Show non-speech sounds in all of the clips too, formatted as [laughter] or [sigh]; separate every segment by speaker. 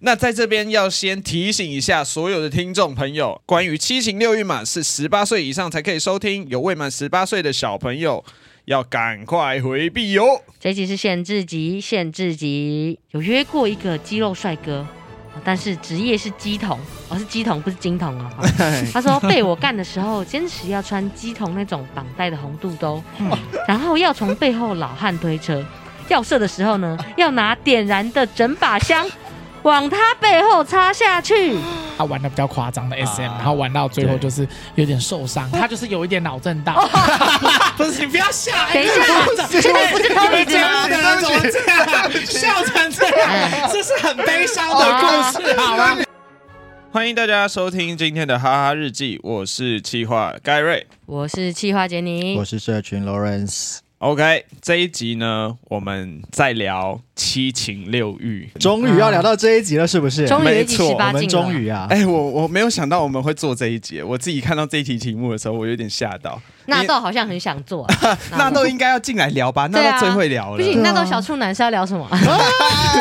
Speaker 1: 那在这边要先提醒一下所有的听众朋友，关于七情六欲嘛，是十八岁以上才可以收听，有未满十八岁的小朋友要赶快回避哟。
Speaker 2: 这一集是限制级，限制级有约过一个肌肉帅哥，哦但是职业是鸡童，哦是鸡童不是金童哦。哦
Speaker 3: [laughs]
Speaker 2: 他说被我干的时候，坚持要穿鸡童那种绑带的红肚兜，
Speaker 3: 嗯
Speaker 2: 然后要从背后老汉推车，要射的时候呢，要拿点燃的整把香往他背后插下去。
Speaker 4: 他玩的比较夸张的 SM，、
Speaker 3: 啊
Speaker 4: 然后玩到最后
Speaker 3: 对
Speaker 4: 就是有点受伤，他就是有一点脑震荡。不是你不要笑，
Speaker 3: 哎
Speaker 4: 哎
Speaker 2: 等一下
Speaker 4: 现在
Speaker 2: 不是偷你的吗
Speaker 4: 怎么这样笑成这样？这是很悲伤的故事，好吗？
Speaker 1: 欢迎大家收听今天的哈哈日记，我是企划盖瑞。
Speaker 2: 我是气化杰尼
Speaker 3: 我，是社群 Lawrence，
Speaker 1: OK，这一集呢，我们在聊七情六欲。
Speaker 3: 终于要聊到这一集了，是不是？
Speaker 2: 终于有一
Speaker 1: 没
Speaker 2: 集
Speaker 1: 错
Speaker 2: 十
Speaker 3: 我
Speaker 2: 八
Speaker 3: 们
Speaker 2: 禁了
Speaker 3: 终。于啊，
Speaker 1: 哎、我我没有想到我们会做这一节，我自己看到这一题题目的时候，我有点吓到。
Speaker 2: 纳
Speaker 1: 你
Speaker 2: 豆好像很想做、啊，
Speaker 3: [laughs]
Speaker 1: 纳豆应该要进来聊吧？纳
Speaker 2: 对啊
Speaker 1: 豆最会聊
Speaker 2: 不行，
Speaker 1: 了。
Speaker 2: 纳豆小处男是要聊什么？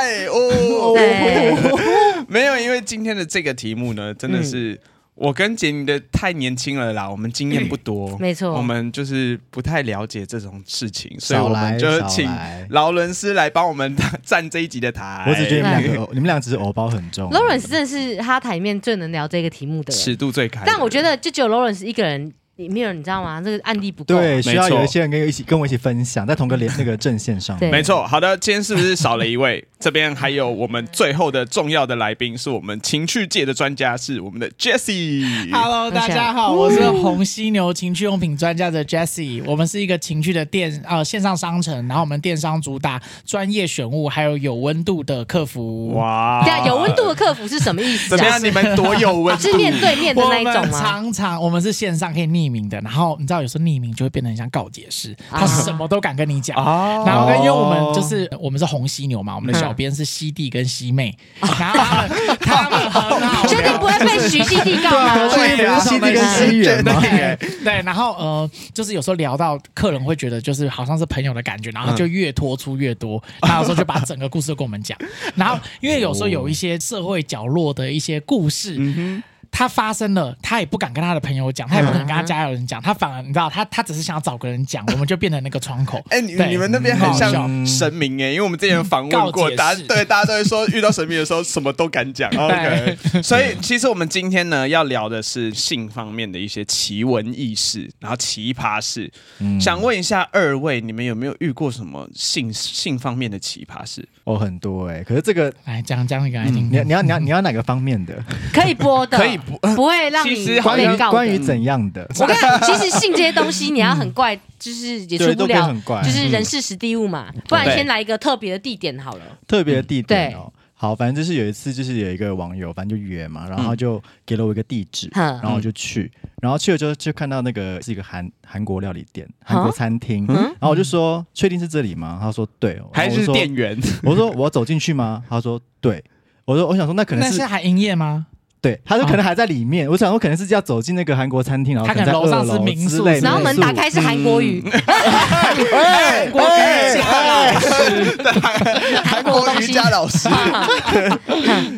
Speaker 1: 哎哦，
Speaker 2: [laughs] 对，
Speaker 1: 没有，因为今天的这个题目呢，
Speaker 2: 嗯
Speaker 1: 真的是、我跟杰尼的太年轻了啦，我们经
Speaker 2: [clears throat]
Speaker 1: 验不多，
Speaker 2: 没错
Speaker 1: 我们就是不太了解这种事情，所以
Speaker 3: 少
Speaker 1: 我
Speaker 3: 来
Speaker 1: 们就
Speaker 3: 少
Speaker 1: 请
Speaker 3: 来。
Speaker 1: 劳伦斯来帮我们 [laughs] 站这一集的台。
Speaker 3: 我只觉得你们
Speaker 2: 对
Speaker 3: 两
Speaker 1: 哎
Speaker 3: 个，你们俩只是偶包很重。啊
Speaker 2: Lawrence 真的是哈台面最能聊这个题目的人，
Speaker 1: 尺度最开的，
Speaker 2: 但我觉得就只有 Lawrence 一个人，没有人你知道吗？这个案例不够。
Speaker 3: 对，需
Speaker 1: 哦
Speaker 3: 要
Speaker 1: 没错
Speaker 3: 有一些人跟一起跟我一起分享，在同个连那个阵线
Speaker 2: [laughs]
Speaker 3: 上。
Speaker 2: 对
Speaker 1: 没错，好的，今天是不是少了一位？这边还有我们最后的重要的来宾，是我们情趣界的专家，是我们的 Jesse。
Speaker 4: [laughs] [laughs] Hello，大家好，我是红犀牛情趣用品专家的 Jesse，我们是一个情趣的电呃线上商城，然后我们电商主打专业选物，还有有温度的客服。
Speaker 1: 哇
Speaker 2: 对啊，有温度的客服是什么意思
Speaker 1: 怎么
Speaker 2: 啊
Speaker 1: 样？？你们多有温度
Speaker 2: 是？面 [laughs] 对面的
Speaker 4: 我
Speaker 2: 那一
Speaker 4: 们
Speaker 2: 种吗？
Speaker 4: 常常我们是线上可以匿名的，然后你知道有时候匿名就会变得很像告解式，
Speaker 2: 啊
Speaker 4: 他什么都敢跟你讲。
Speaker 1: 啊
Speaker 4: 然后跟因为我们就是我们是红犀牛嘛，我们的
Speaker 2: 嗯
Speaker 4: 小编是西弟跟西妹，然后他们
Speaker 2: [laughs]
Speaker 4: 他们很好
Speaker 2: 确定
Speaker 4: 聊
Speaker 2: 不会被
Speaker 1: [laughs]
Speaker 2: 徐熙
Speaker 1: 啊
Speaker 2: 娣告吗？
Speaker 3: 所以不是西地跟西元吗？
Speaker 4: [laughs] 对，然后呃，就是有时候聊到客人会觉得就是好像是朋友的感觉，然后
Speaker 1: 嗯
Speaker 4: 就越拖出越多，然后有时候就把整个故事都跟我们讲。然后因为有时候有一些社会角落的一些故
Speaker 1: 嗯
Speaker 4: 事。他发生了，他也不敢跟他的朋友讲，他也不敢
Speaker 1: 嗯
Speaker 4: 跟他家人讲，他反而你知道，他他只是想要找个人讲，我们就变成那个窗口。
Speaker 1: 哎、你
Speaker 4: 对
Speaker 1: 你们那边很
Speaker 4: 好笑
Speaker 1: 像神明哎、因为我们之前访问
Speaker 4: 告
Speaker 1: 过，
Speaker 4: 解
Speaker 1: 大家
Speaker 4: 释
Speaker 1: 对大家都会说遇到神明的时候什么都敢讲。OK，所哦
Speaker 3: [laughs]
Speaker 1: 以其实我们今天呢要聊的是性方面的一些奇闻异事，然后奇葩事。
Speaker 3: 嗯
Speaker 1: 想问一下二位，你们有没有遇过什么性性方面的奇葩事？
Speaker 3: 哦，很多哎，可是这个
Speaker 4: 来讲讲一
Speaker 2: 嗯
Speaker 4: 个来听
Speaker 3: 你
Speaker 4: 听。
Speaker 3: 你要你要你要哪个方面
Speaker 2: [laughs]
Speaker 3: 的？
Speaker 2: 可以播的，
Speaker 1: 可以不
Speaker 2: 不会让
Speaker 1: 其
Speaker 2: 你
Speaker 1: 实好
Speaker 3: 关
Speaker 1: 像
Speaker 2: 被
Speaker 3: 于
Speaker 2: 告的。
Speaker 3: 关于怎样的？
Speaker 2: 我跟你讲，其实性这些东西你要很怪，就是也
Speaker 3: 对
Speaker 2: 出
Speaker 3: 都
Speaker 2: 不
Speaker 3: 变
Speaker 2: 了
Speaker 3: 很怪，
Speaker 2: 就是人事实地物嘛。不然
Speaker 1: 嗯对
Speaker 2: 先来一个特别的地点好了。
Speaker 3: 特别的地
Speaker 2: 嗯
Speaker 3: 点哦。好，反正就是有一次，就是有一个网友，反正就约嘛，然后他就给了我一个地址，
Speaker 2: 嗯
Speaker 3: 然后我就去，然后去了之后就看到那个是一个韩韩国料理店，韩
Speaker 2: 啊
Speaker 3: 国餐厅，
Speaker 2: 嗯
Speaker 3: 然
Speaker 4: 嗯
Speaker 3: 后我就说确定是这里吗？他说对哦，
Speaker 1: 还
Speaker 3: 然后我
Speaker 1: 是
Speaker 3: 说
Speaker 1: 店
Speaker 3: [laughs]
Speaker 1: 员？
Speaker 3: 我说我要走进去吗？他说对，我说我想说那可
Speaker 1: 嗯
Speaker 3: 能
Speaker 4: 那
Speaker 3: 是
Speaker 4: 是还营业吗？
Speaker 3: 对，他说可能还在里面，我想说可能是要走进那个韩国餐厅，然后
Speaker 4: 他可
Speaker 3: 能在
Speaker 4: 能楼上
Speaker 3: 二
Speaker 4: 是民
Speaker 3: 之
Speaker 4: 宿
Speaker 3: 类
Speaker 1: 哎
Speaker 3: 的
Speaker 2: 然后门打
Speaker 3: 宿
Speaker 2: 开是韩国语，
Speaker 1: 嗯
Speaker 2: [laughs]
Speaker 1: 哎
Speaker 4: 韩国瑜伽老师，
Speaker 1: 韩国瑜伽老师，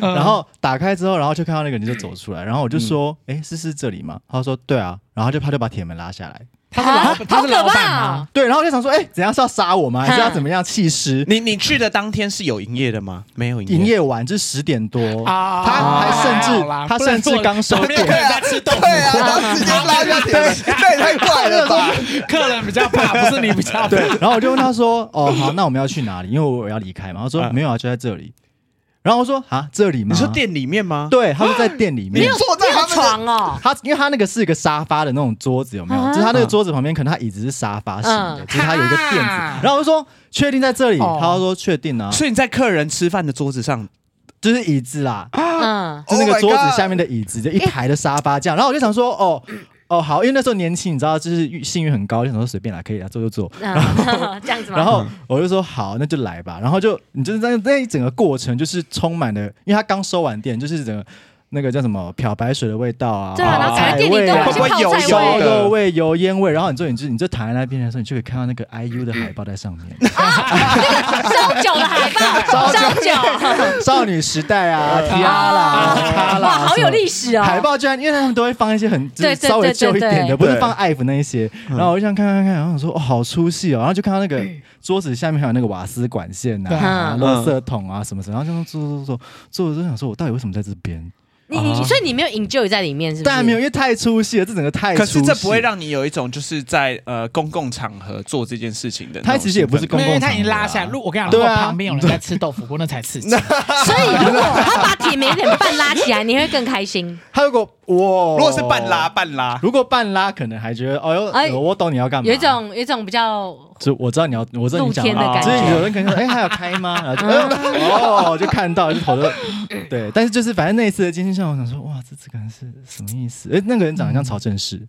Speaker 4: 嗯
Speaker 3: 然后打开之后，然后就看到那个人就走出来，然后我就说：“哎、是是这里吗？”他说：“对啊。”然后就他就把铁门拉下来，
Speaker 4: 他是老
Speaker 2: 啊
Speaker 4: 他是老
Speaker 2: 好可
Speaker 4: 板
Speaker 2: 怕
Speaker 4: 吗
Speaker 2: 哦？
Speaker 3: 对，然后我就想说：“哎，怎样是要杀我吗？还是要怎么样弃尸
Speaker 1: [laughs] 你你去的当天是有营业的吗？没有？”营
Speaker 3: 营
Speaker 1: 业。
Speaker 3: 业晚就是十点多，
Speaker 4: 啊
Speaker 3: 他还甚
Speaker 4: 还
Speaker 3: 至
Speaker 4: 好啦
Speaker 3: 他
Speaker 4: 不然
Speaker 3: 甚至
Speaker 4: 做
Speaker 3: 刚收
Speaker 4: 旁边有
Speaker 3: 店
Speaker 4: 客，人在吃豆腐
Speaker 3: 啊
Speaker 1: 然
Speaker 4: 锅，
Speaker 1: 后直接拉下铁门，这也太怪了吧！
Speaker 4: 客人比较怕，不是你比较怕
Speaker 3: [laughs] 对。，然后我就问他说：“哦，好，那我们要去哪里？因为我要离开嘛。”他说：“
Speaker 1: 嗯
Speaker 3: 没有啊，就在这里。”然后我说：“啊，这里吗？”
Speaker 1: 你说？店里面吗？
Speaker 3: 对，他说在店里面。
Speaker 2: 没有
Speaker 1: 坐在
Speaker 2: 没
Speaker 1: 他
Speaker 2: 有
Speaker 1: 们的
Speaker 2: 床哦。
Speaker 3: 他因为他那个是一个沙发的那种桌子，有没有？
Speaker 2: 啊
Speaker 3: 就是他那个桌子旁边可能他椅子是沙发型的，
Speaker 2: 嗯
Speaker 3: 就是他有一个垫子
Speaker 4: 啊。
Speaker 3: 然后我就说确定在这里，
Speaker 4: 哦
Speaker 3: 他说确定啊，
Speaker 1: 所以你在客人吃饭的桌子上，
Speaker 3: 就是椅子啦，
Speaker 2: 嗯，
Speaker 3: 就是那
Speaker 1: Oh
Speaker 3: 个
Speaker 1: my
Speaker 3: 桌子
Speaker 1: God
Speaker 3: 下面的椅子，就一排的沙发这样。然后我就想说，哦哦好，因为那时候年轻，你知道，就是欲性欲很高，就想说随便啦，可以啦，坐就坐。
Speaker 2: 嗯这样子吗？
Speaker 3: 然后我就说好，那就来吧。然后就你就是在那一整个过程就是充满了，因为他刚收完店，就是整个那个叫什么漂白水的味道啊，
Speaker 2: 对啊，然后
Speaker 3: 彩
Speaker 2: 整个店里
Speaker 3: 味
Speaker 2: 都
Speaker 3: 啊
Speaker 1: 会
Speaker 2: 会是
Speaker 1: 不会
Speaker 2: 泡
Speaker 1: 油
Speaker 2: 菜
Speaker 3: 烧
Speaker 1: 油
Speaker 2: 味。
Speaker 3: 肉味、油烟味，然后你就你就你就躺在那边的时候，你就可以看到那个 IU 的海报
Speaker 2: [laughs]
Speaker 3: 在上面，
Speaker 2: 烧酒的海报，烧酒，
Speaker 3: [laughs] 少女时
Speaker 2: [laughs]
Speaker 3: 代啊、T 啦、叉啦，
Speaker 5: 哇，好有历
Speaker 3: 史。
Speaker 5: 史哦！
Speaker 3: 海报居然，因为他们都会放一些很就
Speaker 5: 对
Speaker 3: 是
Speaker 5: 对
Speaker 3: 稍微
Speaker 5: 对对
Speaker 3: 旧一点
Speaker 5: 对
Speaker 3: 的，不是
Speaker 1: 对
Speaker 3: 放 IVE 那一些。
Speaker 4: 嗯
Speaker 3: 然后我就想看看看，然后我说哦，好出戏哦，然后就看到那个桌子下面还有那个瓦斯管线
Speaker 5: 嗯
Speaker 4: 对
Speaker 3: 呐
Speaker 2: 啊、
Speaker 3: 垃圾桶啊什么什么，然后这样做做做做，做，我就想说我到底为什么在这边？
Speaker 5: 你你
Speaker 1: 啊
Speaker 5: 所以你没有 enjoy 在里面是不是？
Speaker 3: 当然没有，因为太出戏了，这整个太
Speaker 1: 可
Speaker 3: 出
Speaker 1: 是
Speaker 3: 戏。
Speaker 1: 这不会让你有一种就是在呃公共场合做这件事情的那种兴奋。
Speaker 3: 他其实也不是公
Speaker 4: 没有，因为他
Speaker 3: 共场
Speaker 4: 已经
Speaker 3: 合
Speaker 4: 拉
Speaker 3: 啊
Speaker 4: 下来。如我跟你讲，如
Speaker 3: 对
Speaker 4: 果
Speaker 3: 啊
Speaker 4: 旁边有人在吃豆腐锅，那才
Speaker 3: [laughs]
Speaker 4: 刺激。
Speaker 5: 所以如果他把铁门有点半拉起来，你会更开心。
Speaker 3: 他如果哇，
Speaker 4: 哦
Speaker 1: 如果是半拉，半拉，
Speaker 3: 如果半拉可能还觉得哦哟、
Speaker 5: 哎
Speaker 3: 我懂你要干嘛，
Speaker 5: 有一种有一种比较
Speaker 3: 就我知道你要，我知道你讲
Speaker 5: 露天的
Speaker 1: 感觉
Speaker 3: 所以有人可能说哎、还有开吗？
Speaker 5: [laughs]
Speaker 3: 然后就、哎呦、哦就看到就头都对，但是就是反正那一次的经历上，我想说哇这这个人是什么意思？哎、那个人长得像曹正
Speaker 5: 嗯
Speaker 3: 奭，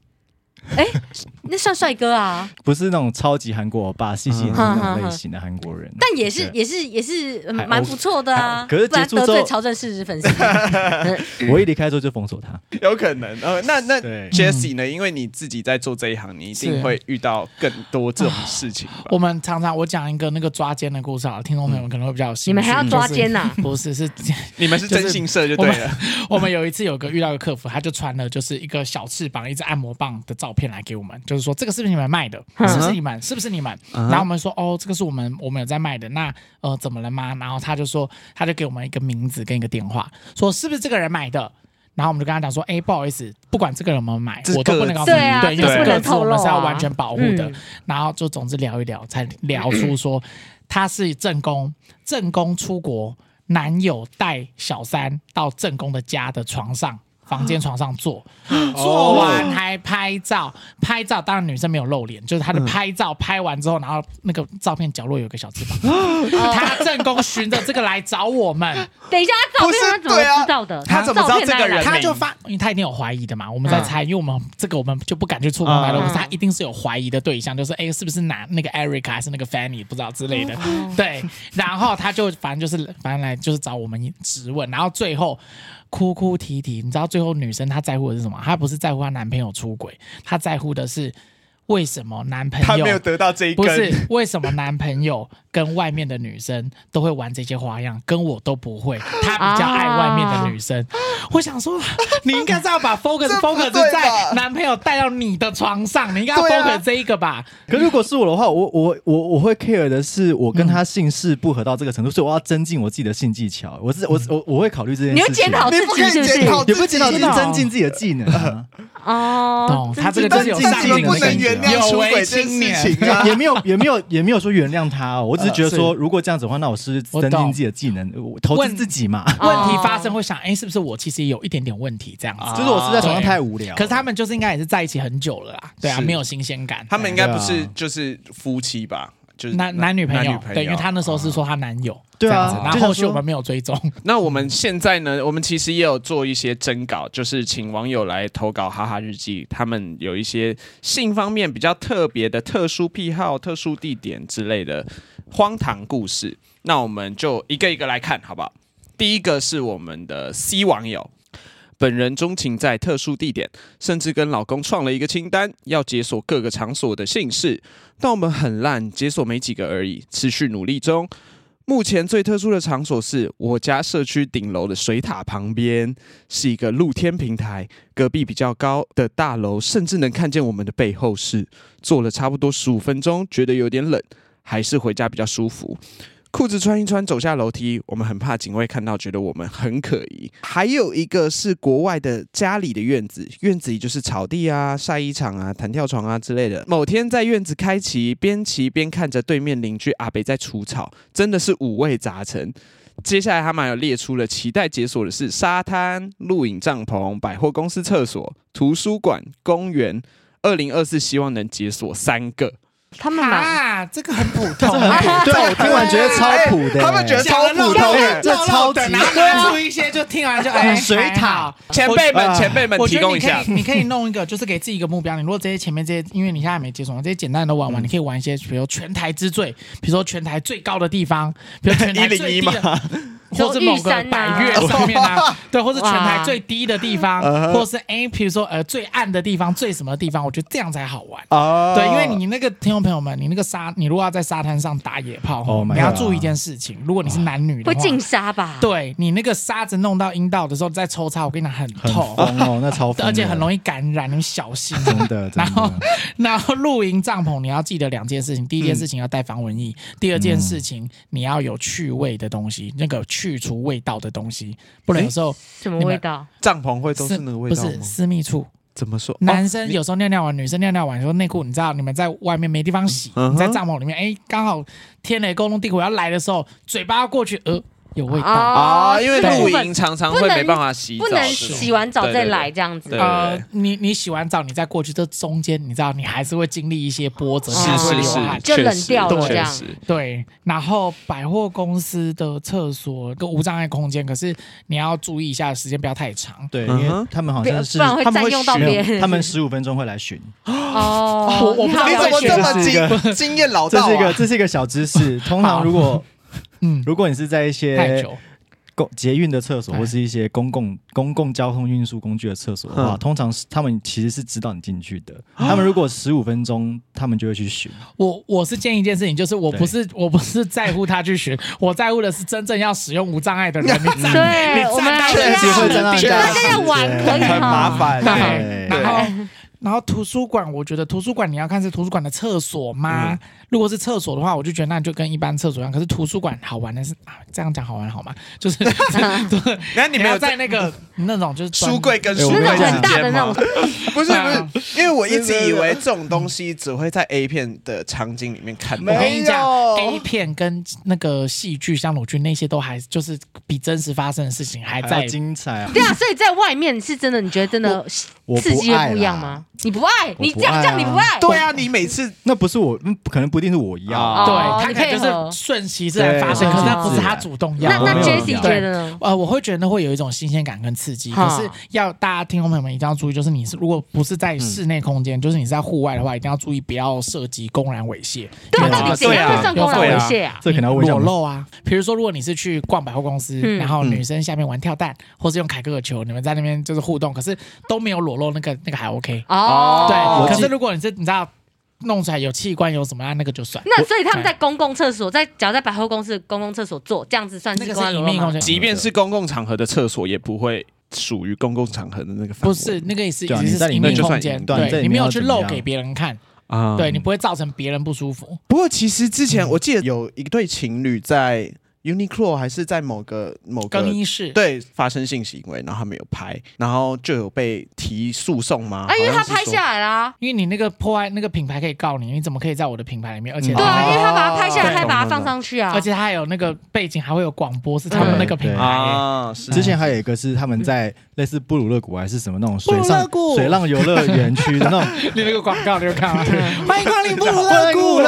Speaker 5: 那算帅哥啊，
Speaker 3: 不是那种超级韩国欧巴、细细的那种类型的韩国人，
Speaker 5: 但也是
Speaker 3: 对
Speaker 5: 也是也是呃
Speaker 3: 还 OK，
Speaker 5: 蛮不错的啊
Speaker 3: 还。可是
Speaker 5: 不然
Speaker 3: 结束之
Speaker 5: 得
Speaker 3: 后
Speaker 5: 罪曹正奭是粉丝，嗯
Speaker 3: 我一离开之后就封锁他。
Speaker 1: 有可能。呃，那那
Speaker 3: 对
Speaker 1: Jesse 呢？因为你自己在做这一行，你一定
Speaker 4: 是
Speaker 1: 会遇到更多这种事情吧？
Speaker 4: 我们常常我讲一个那个抓奸的故事啊，听众朋友们可能会比较有兴趣。
Speaker 5: 你们还要抓奸啊
Speaker 4: 呐？
Speaker 5: 呐？
Speaker 4: 不是，是
Speaker 1: 你们是真性社就对
Speaker 4: 就
Speaker 1: 了。
Speaker 4: [laughs] 我们有一次有个遇到一个客服，他就传了就是一个小翅膀、一只按摩棒的照片来给我们，就是说这个是不是你们卖的？是不是你们？是不是你们？然后我们说哦，这个是我们我们有在卖的。那呃怎么了吗？然后他就说他就给我们一个名字跟一个电话，说是不是这个人买的？然后我们就跟他讲说，哎，不好意思，不管这个人有没有买
Speaker 1: 这，
Speaker 4: 我都不
Speaker 1: 个
Speaker 4: 能告诉
Speaker 5: 对
Speaker 4: 你，
Speaker 5: 啊
Speaker 4: 对，因
Speaker 5: 这
Speaker 4: 为
Speaker 1: 不
Speaker 4: 个
Speaker 5: 能
Speaker 4: 字我
Speaker 5: 透
Speaker 4: 们
Speaker 5: 露
Speaker 4: 是要
Speaker 5: 啊
Speaker 4: 完全保护的
Speaker 5: 嗯。
Speaker 4: 然后就总之聊一聊，才聊出说他是正宫，正宫出国，男友带小三到正宫的家的床上。房间床上坐，做完还拍照，拍照当然女生没有露脸，就是她的拍照拍完之后，然后那个照片角落有个小翅膀，她正宫循着这个来找我们，
Speaker 2: 等一下，他照片他怎
Speaker 1: 不是对啊
Speaker 2: 么知道的？
Speaker 1: 他怎么知道
Speaker 2: 照片哪
Speaker 1: 这
Speaker 2: 里
Speaker 1: 个人
Speaker 2: 来的
Speaker 4: 他就发，因为他一定有怀疑的嘛，我们在猜，因为我们这个我们就不敢去触碰他的，
Speaker 1: 嗯
Speaker 4: 我们他一定是有怀疑的对象，就是哎、是不是拿那个 Eric 还是那个 Fanny 不知道之类的，
Speaker 1: 哦
Speaker 4: [laughs] 对，然后他就反正就是反正来就是找我们质问，然后最后。哭哭啼啼，你知道最后女生她在乎的是什么？她不是在乎她男朋友出轨，她在乎的是为什么男朋友
Speaker 1: 他没有得到这一
Speaker 4: 不
Speaker 1: 根，
Speaker 4: 是为什么男朋友跟外面的女生都会玩这些花样，跟我都不会，他比较爱外面的女生。我想说，你应该是要把 focus
Speaker 1: 啊 [laughs] 这不
Speaker 4: focus
Speaker 1: 对吧
Speaker 4: 是在男朋友带到你的床上，你应该要
Speaker 1: 对啊
Speaker 4: focus 这一个吧？
Speaker 3: 可如果是我的话，我我我我会 care 的是，我跟他姓氏不合到这个程度，所以我要增进我自己的性技巧。我是我我我会考虑这件
Speaker 5: 你
Speaker 3: 事
Speaker 5: 会
Speaker 3: 情。
Speaker 5: 检讨自
Speaker 1: 你不
Speaker 5: 己
Speaker 1: 可以
Speaker 5: 是不
Speaker 1: 检
Speaker 5: 是
Speaker 1: 讨？
Speaker 3: 也不是检讨，
Speaker 1: 自
Speaker 3: 就
Speaker 1: 己
Speaker 3: 是增进自己的技能啊、
Speaker 5: 哦，
Speaker 4: 懂？他这个就是有
Speaker 1: 但
Speaker 4: 上
Speaker 1: 自己
Speaker 4: 瘾
Speaker 1: 不能
Speaker 4: 的感
Speaker 1: 原
Speaker 4: 觉。
Speaker 1: 谅出
Speaker 4: 有
Speaker 1: 轨
Speaker 4: 为
Speaker 1: 这件
Speaker 4: 青年，
Speaker 1: 事情啊
Speaker 3: [laughs] 也！也没有也没有也没有说原谅他、哦，我只是觉得说，如果这样子的话，那我是
Speaker 4: 呃
Speaker 3: 不
Speaker 4: 我
Speaker 3: 是
Speaker 4: 懂
Speaker 3: 增进自己的技能，我投资
Speaker 4: 问
Speaker 3: 自己嘛。
Speaker 5: 哦
Speaker 4: 问题发生会想，哎、是不是我其实也有一点点问题这样子？
Speaker 1: 啊
Speaker 3: 就是我是在床上太无聊，
Speaker 4: 可是他们就是应该也是在一起很久了啦，对啊，
Speaker 1: 是
Speaker 4: 没有新鲜感。
Speaker 1: 他们应该不
Speaker 3: 对
Speaker 1: 是
Speaker 3: 啊
Speaker 1: 就是夫妻吧？就是
Speaker 4: 男男女朋
Speaker 1: 男
Speaker 4: 友
Speaker 1: 女，朋友
Speaker 4: 对，因为她那时候是说她男友，
Speaker 3: 对啊
Speaker 4: 这样子然
Speaker 3: 就
Speaker 4: 后
Speaker 3: 想
Speaker 4: 后续
Speaker 3: 说
Speaker 4: 我们没有追踪，
Speaker 1: 那我们现在呢？我们其实也有做一些征稿，就是请网友来投稿《哈哈日记》，他们有一些性方面比较特别的特殊癖好、特殊地点之类的荒唐故事。那我们就一个一个来看，好不好？第一个是我们的 C 网友，本人钟情在特殊地点，甚至跟老公创了一个清单，要解锁各个场所的姓氏，但我们很烂，解锁没几个而已，持续努力中。目前最特殊的场所是我家社区顶楼的水塔旁边，是一个露天平台。隔壁比较高的大楼，甚至能看见我们的背后是。坐了差不多十五分钟，觉得有点冷，还是回家比较舒服。裤子穿一穿，走下楼梯，我们很怕警卫看到，觉得我们很可疑。还有一个是国外的家里的院子，院子里就是草地啊、晒衣场啊、弹跳床啊之类的。某天在院子开骑，边骑边看着对面邻居阿北在除草，真的是五味杂陈。接下来他们还有列出了期待解锁的是沙滩、露营帐篷、百货公司厕所、图书馆、公园。二零二四希望能解锁三个，
Speaker 2: 他们买
Speaker 4: 啊，这个很普通，
Speaker 3: [laughs]
Speaker 4: [laughs]
Speaker 3: 对我听完觉得超普
Speaker 4: 哎
Speaker 3: 的、
Speaker 1: 他们觉得
Speaker 4: 讲得
Speaker 1: 啊超普
Speaker 4: 肉
Speaker 1: 通哎
Speaker 4: 肉
Speaker 1: 的
Speaker 4: 肉
Speaker 3: 这超级
Speaker 4: 的然后拿出一些就听完就哎
Speaker 3: 水
Speaker 4: 还好
Speaker 3: 塔
Speaker 1: 前辈们
Speaker 3: 我
Speaker 1: 前辈们
Speaker 4: 我
Speaker 1: 提
Speaker 4: 觉得
Speaker 1: 供
Speaker 4: 你
Speaker 1: 一
Speaker 4: 可
Speaker 1: 下
Speaker 4: 以，你可以弄一个，就是给自己一个目标。你如果这些前面这些，因为你现在还没接触嘛，这些简单的玩完，你可以玩一些，比如全台之最，比如说全台最高的地方，比如全台
Speaker 1: 101
Speaker 4: 最低的。 [laughs] 或是某个百越上面啊，对，或是全台最低的地方，或者是哎，比如说呃最暗的地方、最什么的地方，我觉得这样才好玩。
Speaker 3: 啊
Speaker 4: 对，因为你那个听众朋友们，你那个沙，你如果要在沙滩上打野炮
Speaker 3: Oh my
Speaker 4: 你要
Speaker 3: God
Speaker 4: 注意一件事情，如果你是男女的
Speaker 2: 会
Speaker 4: 话，
Speaker 2: 进沙吧？，
Speaker 4: 对你那个沙子弄到阴道的时候再抽插，我跟你讲很
Speaker 3: 很
Speaker 4: 痛，
Speaker 3: 疯哦，那超疯的，
Speaker 4: 而且很容易感染，你
Speaker 1: [laughs]
Speaker 4: 小心。
Speaker 3: 真
Speaker 4: [laughs]
Speaker 3: 的，真
Speaker 4: 然后
Speaker 3: 的，
Speaker 4: 然后露营帐篷你要记得两件事情，第一件事情要带防蚊液，
Speaker 1: 嗯
Speaker 4: 第二件事情你要有去味的东西，那个去除味道的东西，不然有时候
Speaker 2: 什么
Speaker 4: 你们
Speaker 2: 味道？
Speaker 1: 帐篷会都
Speaker 4: 私
Speaker 1: 是那个味
Speaker 4: 不
Speaker 1: 道
Speaker 4: 是
Speaker 1: 吗？
Speaker 4: 私密处，
Speaker 1: 怎么说？
Speaker 4: 男
Speaker 1: 哦
Speaker 4: 生
Speaker 1: 你
Speaker 4: 有时候尿尿完，女生尿尿完，说内裤，你知道你们在外面没地方洗，
Speaker 1: 嗯哼
Speaker 4: 你在帐篷里面，哎，刚好天雷勾动地火要来的时候，嘴巴要过去，呃，有味道。
Speaker 1: 啊，因为
Speaker 4: 对
Speaker 1: 露营常常会
Speaker 2: 哦不能
Speaker 1: 没办法洗澡
Speaker 2: 不
Speaker 1: 这种，
Speaker 2: 能洗完澡再来这样
Speaker 1: 对
Speaker 2: 子
Speaker 1: 对。
Speaker 4: 呃，你你洗完澡，你再过去，这中间你知道，你还是会经历一些波折，
Speaker 1: 对，
Speaker 4: 你还
Speaker 1: 是
Speaker 4: 会
Speaker 1: 是
Speaker 4: 流
Speaker 1: 是
Speaker 4: 汗，
Speaker 2: 就
Speaker 1: 确
Speaker 2: 冷
Speaker 1: 实
Speaker 2: 掉
Speaker 4: 了
Speaker 1: 确
Speaker 4: 这
Speaker 2: 样
Speaker 1: 实
Speaker 4: 对，然后百货公司的厕所跟无障碍空间，可是你要注意一下，时间不要太长。
Speaker 3: 对，
Speaker 1: 嗯
Speaker 3: 因
Speaker 1: 哼
Speaker 3: 为他们好
Speaker 2: 不要
Speaker 3: 像是
Speaker 2: 不然会占用到
Speaker 1: 他们
Speaker 3: 没
Speaker 2: 别
Speaker 3: 有
Speaker 2: 人。
Speaker 3: 他们十五分钟会来巡，
Speaker 2: 哦，
Speaker 4: 我我不知道
Speaker 2: 你
Speaker 1: 你
Speaker 2: 好
Speaker 1: 怎么
Speaker 2: 了解
Speaker 1: 这么
Speaker 3: 这是一个
Speaker 1: 经经验老
Speaker 3: 这
Speaker 1: 道
Speaker 3: 是一个
Speaker 1: 啊？
Speaker 3: 这是一个小知
Speaker 4: [laughs]
Speaker 3: 识。通
Speaker 4: 好
Speaker 3: 常如果
Speaker 4: 嗯，
Speaker 3: 如果你是在一
Speaker 4: 太
Speaker 3: 些
Speaker 4: 久。
Speaker 3: 公捷运的厕所
Speaker 4: 哎
Speaker 3: 或是一些公共公共交通运输工具的厕所的话，
Speaker 1: 嗯
Speaker 3: 通常是他们其实是指导你进去的。
Speaker 4: 啊
Speaker 3: 他们如果十五分钟，他们就会去巡。
Speaker 4: 我我是建议一件事情，就是我不是我不是在乎他去学，我在乎的是真正要使用无障碍的人。你站
Speaker 2: 对
Speaker 4: 你，
Speaker 2: 我们还
Speaker 4: 站到
Speaker 2: 是
Speaker 3: 确实会
Speaker 2: 要啊
Speaker 3: 站到
Speaker 2: 大
Speaker 3: 这样
Speaker 2: 家要玩可以
Speaker 3: 很
Speaker 2: 哈。
Speaker 1: 烦
Speaker 4: 对，
Speaker 3: 对
Speaker 4: 然后然后图书馆，我觉得图书馆你要看是图书馆的厕所吗？如果是厕所的话，我就觉得那就跟一般厕所一样。可是图书馆好玩的是啊，这样讲好玩好吗？ [laughs] 就是
Speaker 1: 然后你
Speaker 4: 你
Speaker 1: 没
Speaker 4: 要
Speaker 1: 有
Speaker 4: 在那个 [laughs] 那种就是专
Speaker 1: 书柜跟
Speaker 3: 哎
Speaker 1: 书
Speaker 3: 我
Speaker 1: 柜
Speaker 3: 跟
Speaker 2: 那种
Speaker 3: 你讲
Speaker 2: 很大的那种，
Speaker 1: [laughs] 不是不是，因为我一直
Speaker 3: 对对
Speaker 1: 以
Speaker 3: 对
Speaker 1: 为这种东西只会在 A 片的场景里面看到
Speaker 4: 我。跟你讲
Speaker 1: 没有
Speaker 4: ，A 片跟那个戏剧、像鲁剧那些都还就是比真实发生的事情还
Speaker 3: 还要
Speaker 4: 在。
Speaker 3: 精彩啊！
Speaker 2: 对啊，所以在外面是真的，你觉得真的
Speaker 3: 我
Speaker 2: 刺激会不一样吗？你不爱，你这样这样你不爱，
Speaker 1: 对啊，你每次
Speaker 3: 那不是我，嗯可能不一定是我要
Speaker 1: 哦。
Speaker 4: 对，
Speaker 2: 哦
Speaker 4: 他
Speaker 2: 你
Speaker 4: 可能
Speaker 2: 配合
Speaker 4: 就是顺其自然发生，
Speaker 3: 对
Speaker 4: 可是他
Speaker 2: 顺其
Speaker 4: 不是
Speaker 3: 自然
Speaker 4: 他主动要
Speaker 2: 那
Speaker 4: 的。
Speaker 2: 那
Speaker 3: 我没有
Speaker 2: Jesse
Speaker 3: 讲
Speaker 2: 觉得呢？
Speaker 4: 呃，我会觉得那会有一种新鲜感跟刺激，
Speaker 2: 哈
Speaker 4: 可是要大家听众朋友们一定要注意，就是你是如果不是
Speaker 3: 嗯
Speaker 4: 在室内空间，就是你是在户外的话，一定要注意不要涉及公然猥亵。
Speaker 2: 对啊，
Speaker 3: 有
Speaker 2: 到底
Speaker 3: 啊
Speaker 2: 怎样会算
Speaker 4: 对啊
Speaker 2: 公然
Speaker 1: 对
Speaker 2: 猥
Speaker 1: 啊
Speaker 2: 亵啊？
Speaker 3: 这可能要问一下
Speaker 4: 裸
Speaker 3: 我们
Speaker 4: 露啊，比如说如果你是去逛百货公司，
Speaker 2: 嗯
Speaker 4: 然后女生下面玩跳蛋，或是用凯格尔球，你们在那边就是互动，可是都没有裸露，那个那个还 OK。
Speaker 2: 哦，
Speaker 4: 对，
Speaker 3: 我
Speaker 4: 可
Speaker 3: 记
Speaker 4: 是如果你是你知道弄出来有器官有什么，那那个就算。
Speaker 2: 那所以他们在公共厕所，在只要在百货公司的公共厕所做，这样子算
Speaker 4: 那
Speaker 2: 是
Speaker 4: 个
Speaker 2: 公然
Speaker 4: 是
Speaker 2: 裸露
Speaker 4: 隐秘空
Speaker 2: 吗？
Speaker 4: 间，
Speaker 1: [laughs] 即便是公共场合的厕所，也不会属于公共场合的那个范
Speaker 4: 不
Speaker 1: 围。
Speaker 4: 是那个也是
Speaker 3: 对啊
Speaker 4: 也
Speaker 3: 你在
Speaker 4: 是
Speaker 3: 里
Speaker 4: 隐
Speaker 3: 面
Speaker 4: 秘
Speaker 1: 就
Speaker 4: 空
Speaker 1: 算
Speaker 4: 间，
Speaker 1: 隐
Speaker 3: 对你在
Speaker 4: 对，
Speaker 3: 里
Speaker 4: 你
Speaker 3: 面
Speaker 4: 没有
Speaker 3: 要
Speaker 4: 去
Speaker 3: 怎么
Speaker 4: 露
Speaker 3: 样嗯
Speaker 4: 给别人看，
Speaker 1: 啊
Speaker 4: 对你不会造成别人不舒服。
Speaker 1: 不过其实之前我记得有一对情侣在 Uniqlo 还是在某个某个
Speaker 4: 更衣室，
Speaker 1: 对发生性行为，然后他们有拍，然后就有被提诉讼吗？
Speaker 2: 啊，因为
Speaker 1: 好
Speaker 2: 他
Speaker 1: 像是
Speaker 2: 拍
Speaker 1: 说
Speaker 2: 下来啦，
Speaker 4: 因为你那个破坏那个品牌可以告你，你怎么可以在我的品牌里面？而且
Speaker 3: 嗯
Speaker 2: 对啊，
Speaker 1: 哦
Speaker 2: 因为他把它拍下来，
Speaker 1: 对
Speaker 2: 还把它
Speaker 1: 懂懂
Speaker 2: 放上去啊，
Speaker 4: 而且它还有那个背景，还会有广播是他们那个品
Speaker 3: 对
Speaker 4: 牌、欸。
Speaker 1: 啊，是
Speaker 3: 之前还有一个是他们在类似布鲁勒谷还是什么那种水
Speaker 4: 布鲁勒
Speaker 3: 上
Speaker 4: 谷
Speaker 3: 水浪游乐园区的那种，
Speaker 4: 你那个广告你有看吗？ [laughs] 欢
Speaker 1: [laughs]
Speaker 4: 迎光临布鲁 [laughs]
Speaker 3: 勒
Speaker 4: 勒
Speaker 3: 谷
Speaker 4: 谷。
Speaker 3: [laughs]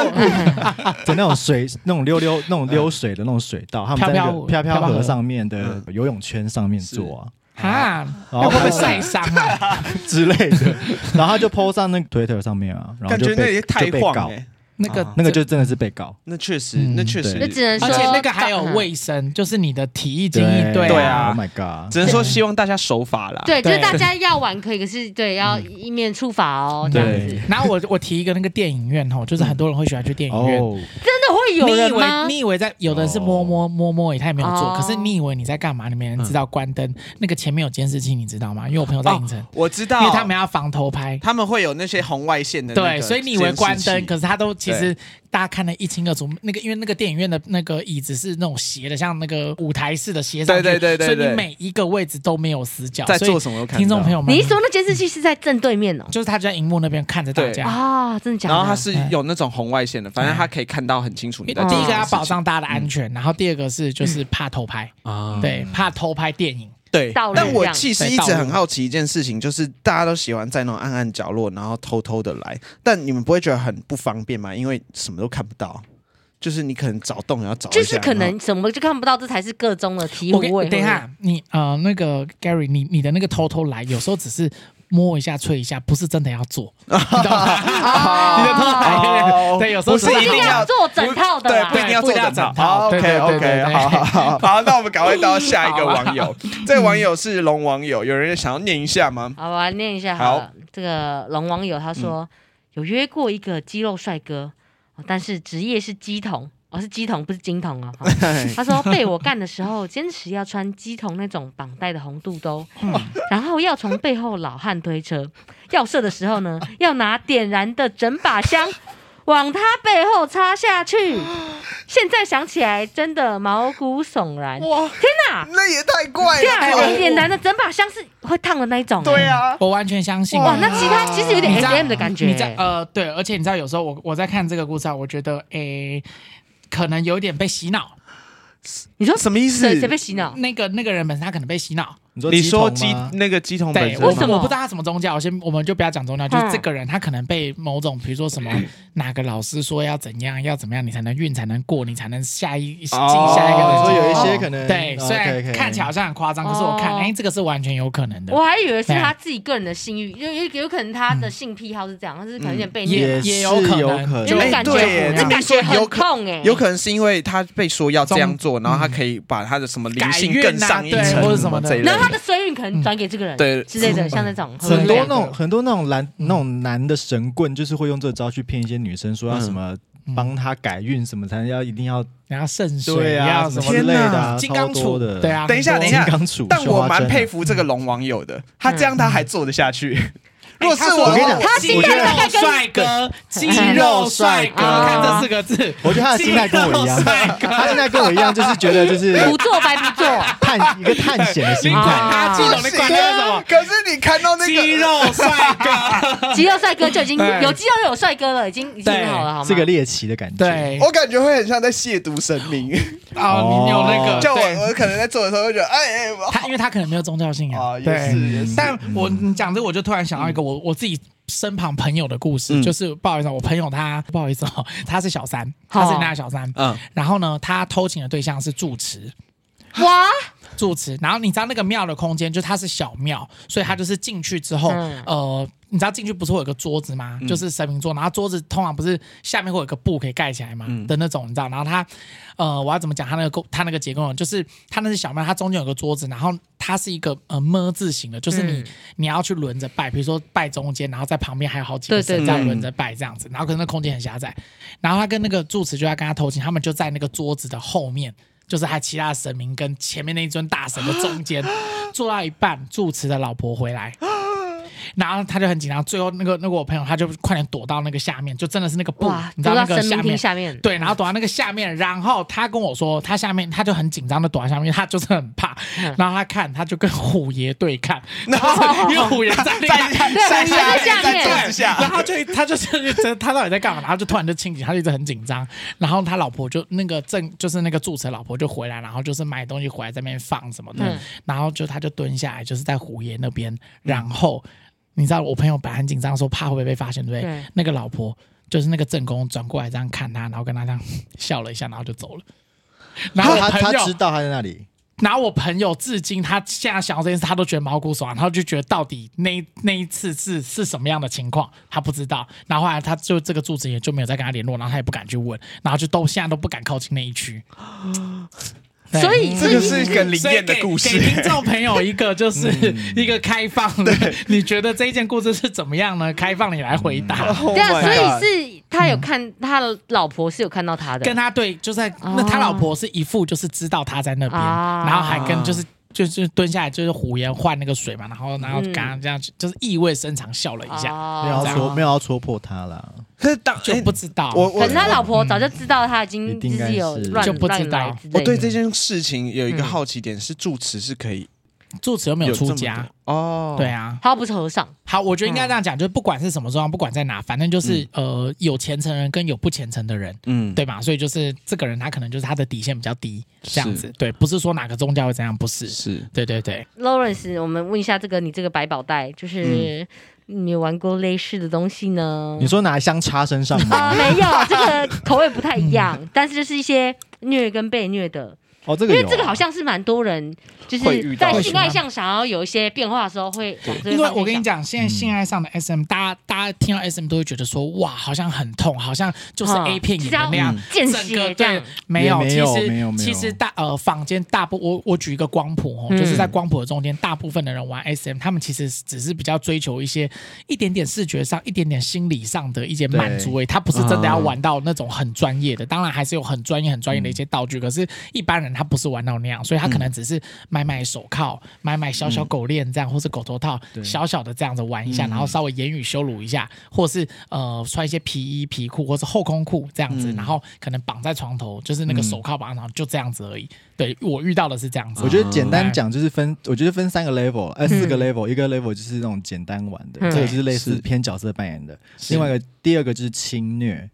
Speaker 3: 的那种水那种溜溜那种溜水的那种水道，他们在那个
Speaker 4: 飘
Speaker 3: 飘
Speaker 4: 飘
Speaker 3: 飘
Speaker 4: 河
Speaker 3: 河上面的游泳圈上面做啊。
Speaker 4: 哈，
Speaker 3: 然
Speaker 4: 那
Speaker 3: 后
Speaker 4: 会不会晒伤啊？
Speaker 3: [laughs] 之类的，然后他就 PO 上那个 Twitter 上面啊，然后
Speaker 1: 感觉
Speaker 3: 就
Speaker 1: 那
Speaker 3: 被
Speaker 1: 也太
Speaker 3: 就被
Speaker 1: 晃
Speaker 3: 告
Speaker 1: 哎，
Speaker 4: 那个
Speaker 3: 啊那个就真的是被告，
Speaker 1: 那确实
Speaker 4: 嗯，
Speaker 1: 那确实
Speaker 2: 那
Speaker 3: 对，
Speaker 2: 只能说，
Speaker 4: 而 [laughs] 且那个还有卫生，就是你的体液、精液，
Speaker 3: 对
Speaker 1: 对啊
Speaker 4: 啊，
Speaker 3: ，Oh my god，
Speaker 1: 只能说希望大家守法啦。
Speaker 2: 对，就是
Speaker 4: 对
Speaker 2: 大家要玩可以，可是对要
Speaker 1: 嗯
Speaker 2: 以免触法哦，这样
Speaker 3: 对
Speaker 2: 子
Speaker 4: 然后我我提一个那个电影院吼，就是很多人会喜欢去电影院。
Speaker 3: 哦，
Speaker 2: 真的会有
Speaker 4: 你以
Speaker 2: 人
Speaker 4: 为
Speaker 2: 吗？
Speaker 4: 你以为在有的人是摸摸摸摸，他也没有做。
Speaker 2: 哦
Speaker 4: 可是你以为你在干嘛？你没人知
Speaker 3: 嗯
Speaker 4: 道关灯，那个前面有监视器，你知道吗？因为我朋友在
Speaker 3: 哦
Speaker 4: 影城，
Speaker 1: 哦我知
Speaker 4: 因
Speaker 1: 道，
Speaker 4: 为他们要防偷拍。
Speaker 1: 他们会有那些红外线的那个监
Speaker 4: 对，
Speaker 1: 视器，
Speaker 4: 所以你以为关灯，可是他都其实大家看得一清二楚。那个因为那个电影院的那个椅子是那种斜的，像那个舞台式的斜上去，
Speaker 1: 对对对对
Speaker 4: 所以你
Speaker 1: 对
Speaker 4: 每一个位置都没有死角。
Speaker 1: 在做
Speaker 4: 所以
Speaker 1: 什么都看到
Speaker 4: 听众朋友们，
Speaker 2: 你一说那监视器是在正对面哦，
Speaker 4: 就是他就在荧幕那边看着大
Speaker 1: 对
Speaker 4: 家。
Speaker 2: 啊，真的假的？
Speaker 1: 然后它是有那种红外线的，反正它可以看到很清楚你
Speaker 4: 哎因
Speaker 1: 在做
Speaker 4: 为第一
Speaker 1: 什
Speaker 4: 个
Speaker 1: 么
Speaker 4: 要
Speaker 1: 事
Speaker 4: 保
Speaker 1: 情
Speaker 4: 障大家的安全，然后第二个是就是怕偷拍，
Speaker 1: 啊
Speaker 4: 对，怕偷拍电影。
Speaker 1: 对，
Speaker 2: 道路
Speaker 1: 但
Speaker 2: 这
Speaker 1: 我
Speaker 2: 样
Speaker 1: 其实
Speaker 4: 对
Speaker 1: 一
Speaker 4: 道
Speaker 1: 直
Speaker 4: 路
Speaker 1: 很好奇一件事情，就是大家都喜欢在那种暗暗角落，然后偷偷的来，但你们不会觉得很不方便吗？因为什么都看不到，就是你可能找洞也要找一下，
Speaker 2: 就是可
Speaker 1: 然后
Speaker 2: 能什么就看不到，这才是各中的醍
Speaker 4: 我
Speaker 2: 醐
Speaker 4: 跟
Speaker 2: 味。
Speaker 4: 等一下，你呃那个 Gary，你你的那个偷偷来，有时候只是摸一下、吹一下，不是真的要
Speaker 1: [laughs]
Speaker 4: 做，你懂吗？ [laughs] 你的通
Speaker 1: 哦
Speaker 4: 常对，有时候
Speaker 1: 不是
Speaker 4: 真的
Speaker 1: 一定
Speaker 2: 要做整套的
Speaker 1: 对
Speaker 2: 啦，
Speaker 1: 不一定要做整套。好
Speaker 4: 对不一定
Speaker 1: ，OK OK，
Speaker 4: 要整套对对对对
Speaker 1: 好好好，好，那我们赶快到下一个网
Speaker 4: [laughs]
Speaker 1: 友。这个网友是龙网友，有人想要念一下吗？
Speaker 2: 好，我来念一下好了。这个龙网友他说、
Speaker 1: 嗯
Speaker 2: 有约过一个肌肉帅哥，哦但是职业是鸡童，哦是鸡童不是金童哦。
Speaker 1: [laughs]
Speaker 2: 哈他说被我干的时候，坚持要穿鸡童那种绑带的红肚兜，
Speaker 1: 嗯
Speaker 2: 然后要从背后老汉推车，要射的时候呢，要拿点燃的整
Speaker 1: [laughs]
Speaker 2: 把香。往他背后插下去，现在想起来真的毛骨悚然。
Speaker 1: 哇，
Speaker 2: 天哪！
Speaker 1: 那也太怪
Speaker 2: 这样还
Speaker 1: 了。
Speaker 2: 点燃的整把香是会烫的那一种、哎
Speaker 1: 对啊，
Speaker 4: 我完全相信。
Speaker 2: 哇，那其他其实有点
Speaker 4: 你知道
Speaker 2: SM 的感觉。
Speaker 4: 你在呃，对，而且你知道，有时候我我在看这个故事啊，我觉得诶、可能有点被洗脑。
Speaker 2: 你说
Speaker 1: 什么意思
Speaker 2: 谁谁被洗脑？
Speaker 4: 那个那个人本身他可能被洗脑，
Speaker 3: 你说
Speaker 1: 你说
Speaker 3: 鸡
Speaker 1: 鸡
Speaker 3: 桶吗
Speaker 1: 那个鸡桶本
Speaker 4: 对，
Speaker 1: 身
Speaker 4: 我
Speaker 2: 为什么
Speaker 4: 我不知道他什么宗教，我先我们就不要讲宗教，就是这个人他可能被某种，比如说什
Speaker 3: [clears throat]
Speaker 4: 么哪个老师说要怎样，要怎么样你才能运才能过，你才能下一进下一个
Speaker 3: 哦
Speaker 4: 人生。
Speaker 3: 你说有一些可能哦
Speaker 4: 对，虽然看起来好像很夸张，可是我看
Speaker 2: 哦
Speaker 4: 哎，这个是完全有可能的
Speaker 2: 我。还以为是他自己个人的性欲，有有有可能他的性癖好是这样，他是可能有点被虐，
Speaker 4: 也
Speaker 3: 也
Speaker 4: 也
Speaker 3: 是
Speaker 4: 有可
Speaker 3: 有
Speaker 4: 能
Speaker 3: 可
Speaker 2: 因
Speaker 3: 能
Speaker 4: 就
Speaker 2: 为
Speaker 1: 哎
Speaker 2: 感觉
Speaker 1: 对耶
Speaker 2: 那感
Speaker 1: 这么
Speaker 2: 觉
Speaker 1: 一说有
Speaker 2: 很
Speaker 1: 可
Speaker 2: 痛哎，
Speaker 1: 有可能是因为他被说要这样做，
Speaker 4: 中
Speaker 1: 然后他可以把他的什么灵性
Speaker 4: 改
Speaker 1: 更
Speaker 4: 运啊
Speaker 1: 上一
Speaker 4: 对
Speaker 1: 层，
Speaker 4: 或者什么的
Speaker 1: 这一类
Speaker 2: 然后他的衰运可能转给这个人，
Speaker 1: 对
Speaker 2: 之类的，像那种
Speaker 4: 嗯
Speaker 3: 很多那
Speaker 2: 会不会
Speaker 3: 种很多那种男那种男的神棍，就是会用这招去骗一些女生，说要什么
Speaker 4: 嗯
Speaker 3: 帮她改运什么，才能要一定要
Speaker 4: 然后圣水
Speaker 3: 对啊
Speaker 4: 要
Speaker 3: 什
Speaker 4: 什么
Speaker 3: 么之
Speaker 1: 天
Speaker 3: 类的
Speaker 1: 哪
Speaker 3: 啊，
Speaker 4: 金刚
Speaker 3: 超多
Speaker 4: 杵
Speaker 3: 的，
Speaker 4: 对啊，
Speaker 1: 等一下，
Speaker 4: 很多
Speaker 1: 等一下
Speaker 3: 金刚杵，
Speaker 1: 但我蛮佩
Speaker 3: 服。
Speaker 1: 服这个龙网友的，他这样他还做得下去。 [laughs] 如果是
Speaker 4: 哎
Speaker 1: 我，
Speaker 3: 我跟你讲
Speaker 2: 他
Speaker 4: 肌
Speaker 2: 心
Speaker 4: 肉
Speaker 2: 态大概跟
Speaker 4: 帅哥，肌肉帅哥，
Speaker 2: 啊
Speaker 4: 看这四个字，
Speaker 3: [laughs] 我觉得他的心态跟我一样
Speaker 4: 肌肉帅，哥
Speaker 3: [laughs] 他现在跟我一样，就是觉
Speaker 2: [laughs]
Speaker 3: 得就是
Speaker 2: 不做白不做，
Speaker 3: [laughs] 探一个探险的心
Speaker 4: 你管
Speaker 3: 态。
Speaker 4: 他，基隆的管他什么？
Speaker 1: 可是你看到那
Speaker 4: 肌
Speaker 1: 个，
Speaker 4: 肉帅
Speaker 3: [laughs]
Speaker 4: 哥，
Speaker 2: 肌肉帅哥就已经
Speaker 4: 对
Speaker 2: 有肌肉又有帅哥了，已经已经
Speaker 4: 对
Speaker 2: 好了，好
Speaker 3: [laughs]
Speaker 2: 吗？
Speaker 3: 这个猎奇的感觉，，
Speaker 4: 对，
Speaker 1: 我感觉会很像在亵渎神明。
Speaker 4: 哦，你有那
Speaker 3: 哦
Speaker 4: 个，
Speaker 1: 叫我，
Speaker 4: 对，
Speaker 1: 我可能在做的时候会觉得，哎哎，我
Speaker 4: [laughs] 他因为他可能没有宗教信
Speaker 1: 啊，
Speaker 4: 仰，
Speaker 1: 也是
Speaker 4: 对。
Speaker 1: 也是。
Speaker 4: 但我你讲这个，我就突然想到一个我我自己身旁朋友的故事，
Speaker 1: 嗯
Speaker 4: 就是不好意思，我朋友他不好意思哦，他是小三，他是那个小三，
Speaker 1: 嗯，
Speaker 4: 然后呢，他偷情的对象是住持，
Speaker 2: 哇，
Speaker 4: 住持，然后你知道那个庙的空间，就它是小庙，所以它就是进去之后，
Speaker 2: 嗯
Speaker 4: 呃，你知道进去不是会有个桌子吗？就是神明桌，然后桌子通常不是下面会有个布可以盖起来嘛、的那种，你知道？然后它，呃，我要怎么讲它那个构，它那个结构呢？就是它那是小庙，它中间有个桌子，然后它是一个呃么字形的，就是你、
Speaker 2: 嗯
Speaker 4: 你要去轮着拜，比如说拜中间，然后在旁边还有好几
Speaker 2: 对
Speaker 4: 个
Speaker 2: 对
Speaker 4: 神这样
Speaker 1: 对
Speaker 4: 轮着拜这样子，然后可能那空间很狭窄，然后他跟那个住持就在跟他偷情，他们就在那个桌子的后面，就是他其他的神明跟前面那一尊大神的中间，坐到一半，住持的老婆回 [gasps] 来。然后他就很紧张，最后那个那个我朋友他就快点躲到那个下面，就真的是那个布
Speaker 2: 哇，，
Speaker 4: 哦你知
Speaker 2: 走
Speaker 4: 道那
Speaker 2: 到
Speaker 4: 个
Speaker 2: 神
Speaker 4: 下
Speaker 2: 明
Speaker 4: 面
Speaker 2: 厅下面，
Speaker 4: 对，然后躲到那个下面，然后他跟我说，他下面他就很紧张的躲在下面，因为他就是很怕。
Speaker 2: 嗯
Speaker 4: 然后他看，他就跟虎爷对看， [laughs] 然后因为虎爷在那
Speaker 1: 在
Speaker 4: 个
Speaker 1: 在下
Speaker 2: 在下面
Speaker 1: 在桌
Speaker 4: 对
Speaker 1: 子，下
Speaker 4: 然，后他就他就是真他到底在干嘛？然后就突然就清醒，他就一直很紧张。然后他老婆就那个正就是那个住持老婆就回来，然后就是买东西回来在那边放什么的，
Speaker 2: 嗯
Speaker 4: 然后就他就蹲下来，就是在虎爷那
Speaker 3: 嗯
Speaker 4: 边。然后你知道我朋友本来很紧张，说怕会不会被发现，对不对？
Speaker 2: 对
Speaker 4: 那个老婆就是那个正宫转过来这样看他，然后跟他这样 [laughs] 笑了一下，然后就走了。然后
Speaker 3: 他
Speaker 4: 我
Speaker 3: 他
Speaker 4: 朋
Speaker 3: 他
Speaker 4: 友
Speaker 3: 知道他在那里，
Speaker 4: 拿我朋友至今，他现在想到这件事，他都觉得毛骨悚然，然后就觉得到底那一那一次是是什么样的情况，他不知道。然后后来他就这个住址也就没有再跟他联络，然后他也不敢去问，然后就都现在都不敢靠近那一区。对
Speaker 2: 所以
Speaker 1: 这个是一个灵
Speaker 4: 所以
Speaker 1: 验的
Speaker 4: 给
Speaker 1: 故事
Speaker 4: 给。听众朋友一个就是
Speaker 2: [laughs]
Speaker 4: 一个开放的，你觉得这一件故事是怎么样呢？开放你来回答。
Speaker 1: [laughs] Oh
Speaker 2: 对啊，
Speaker 1: my
Speaker 2: 所
Speaker 1: God
Speaker 2: 以是他有看他的老婆是有看到他的，
Speaker 4: 跟他对，就在
Speaker 2: 哦
Speaker 4: 那他老婆是一副就是知道他在那边，
Speaker 2: 啊
Speaker 4: 然后还跟就是。就是蹲下来，就是虎爷换那个水嘛，然后然后
Speaker 2: 嗯
Speaker 4: 刚刚这样，就是意味深长笑了一下，
Speaker 3: 没有
Speaker 2: 哦
Speaker 3: 要戳没有要戳破他啦，
Speaker 1: 可是当
Speaker 4: 就
Speaker 1: 哎
Speaker 4: 不知道。
Speaker 1: 我我
Speaker 2: 可能他老
Speaker 1: 嗯
Speaker 2: 婆早就知道他已经
Speaker 3: 一
Speaker 2: 就
Speaker 3: 定应该
Speaker 2: 是
Speaker 3: 是
Speaker 2: 有乱
Speaker 4: 就不哦知道
Speaker 2: 乱来之
Speaker 1: 我
Speaker 2: 类
Speaker 1: 对
Speaker 2: 的。
Speaker 1: 这件事情有一个好奇点是，住持是可以
Speaker 4: 住持又嗯没有
Speaker 1: 这
Speaker 4: 出
Speaker 1: 么
Speaker 4: 家
Speaker 1: 多，哦，
Speaker 4: 对啊。
Speaker 2: 他又不是和尚，
Speaker 4: 好，我觉得应该这样讲，就是不管是什么状况，不管在哪，反正就是呃，有虔诚人跟有不虔诚的人，
Speaker 1: 嗯，
Speaker 4: 对吧？所以就是这个人他可能就是他的底线比较低，这样
Speaker 1: 是
Speaker 4: 子。对，不是说哪个宗教会怎样，不是。
Speaker 1: 是
Speaker 4: 对对对，
Speaker 2: Lawrence，我们问一下这个你这个百宝袋，
Speaker 1: 嗯
Speaker 2: 就是你有玩过类似的东西呢？呃
Speaker 3: 你说拿香插
Speaker 1: [laughs]
Speaker 2: [laughs]
Speaker 3: 身上吗？
Speaker 2: 啊、没有，这个口味不太一样，但是就是一些虐跟被虐的。
Speaker 3: 哦，这
Speaker 2: 因
Speaker 3: 个
Speaker 2: 为
Speaker 3: 有啊
Speaker 2: 这个好像是蛮多人就
Speaker 1: 会遇
Speaker 2: 是
Speaker 1: 到
Speaker 2: 在
Speaker 1: 的
Speaker 2: 性爱上想要有一些变化的时候会往这个
Speaker 4: 因为
Speaker 2: 方
Speaker 4: 我
Speaker 2: 向
Speaker 4: 跟你
Speaker 2: 想。
Speaker 4: 讲，现
Speaker 3: 嗯
Speaker 4: 在性爱上的 SM，大家大家听到 SM 都会觉得说，哇，好像很痛，好像就是
Speaker 2: 嗯
Speaker 4: A 片演
Speaker 2: 是
Speaker 4: 的
Speaker 2: 要
Speaker 4: 那样
Speaker 2: 嗯，见
Speaker 4: 整个
Speaker 2: 血这
Speaker 4: 对
Speaker 2: 样，
Speaker 4: 没有，
Speaker 3: 也
Speaker 4: 其
Speaker 3: 没有
Speaker 4: 实
Speaker 3: 没有没有
Speaker 4: 其实大呃坊间大部我我举一个光谱哦，
Speaker 2: 嗯
Speaker 4: 就是在光谱的中间，大部分的人玩 SM，他们其实只是比较追求一些一点点视觉上、一点点心理上的一些满足而已，他不是真的要玩到那种很专业的，当然还是有很专业、很专业的一些道具，可是一般人他不是玩到那样，所以他可能只是买买手铐、买买小小狗链这样，或是狗头套，小小的这样子玩
Speaker 3: 嗯
Speaker 4: 一下，然后稍微言语羞辱一下，或是呃穿一些皮衣、皮裤或是后空裤这样子，
Speaker 3: 嗯
Speaker 4: 然后可能绑在床头，就是那个手铐绑在床头，就这样子而已。对我遇到的是这样子，
Speaker 3: 我觉得简单讲就是分，我觉得分三个 level，呃，四个 level，一个 level 就是那种简单玩的
Speaker 2: 嗯，
Speaker 3: 这个就是类似
Speaker 1: 是
Speaker 3: 偏角色扮演的；另外一个，第二个就是侵虐，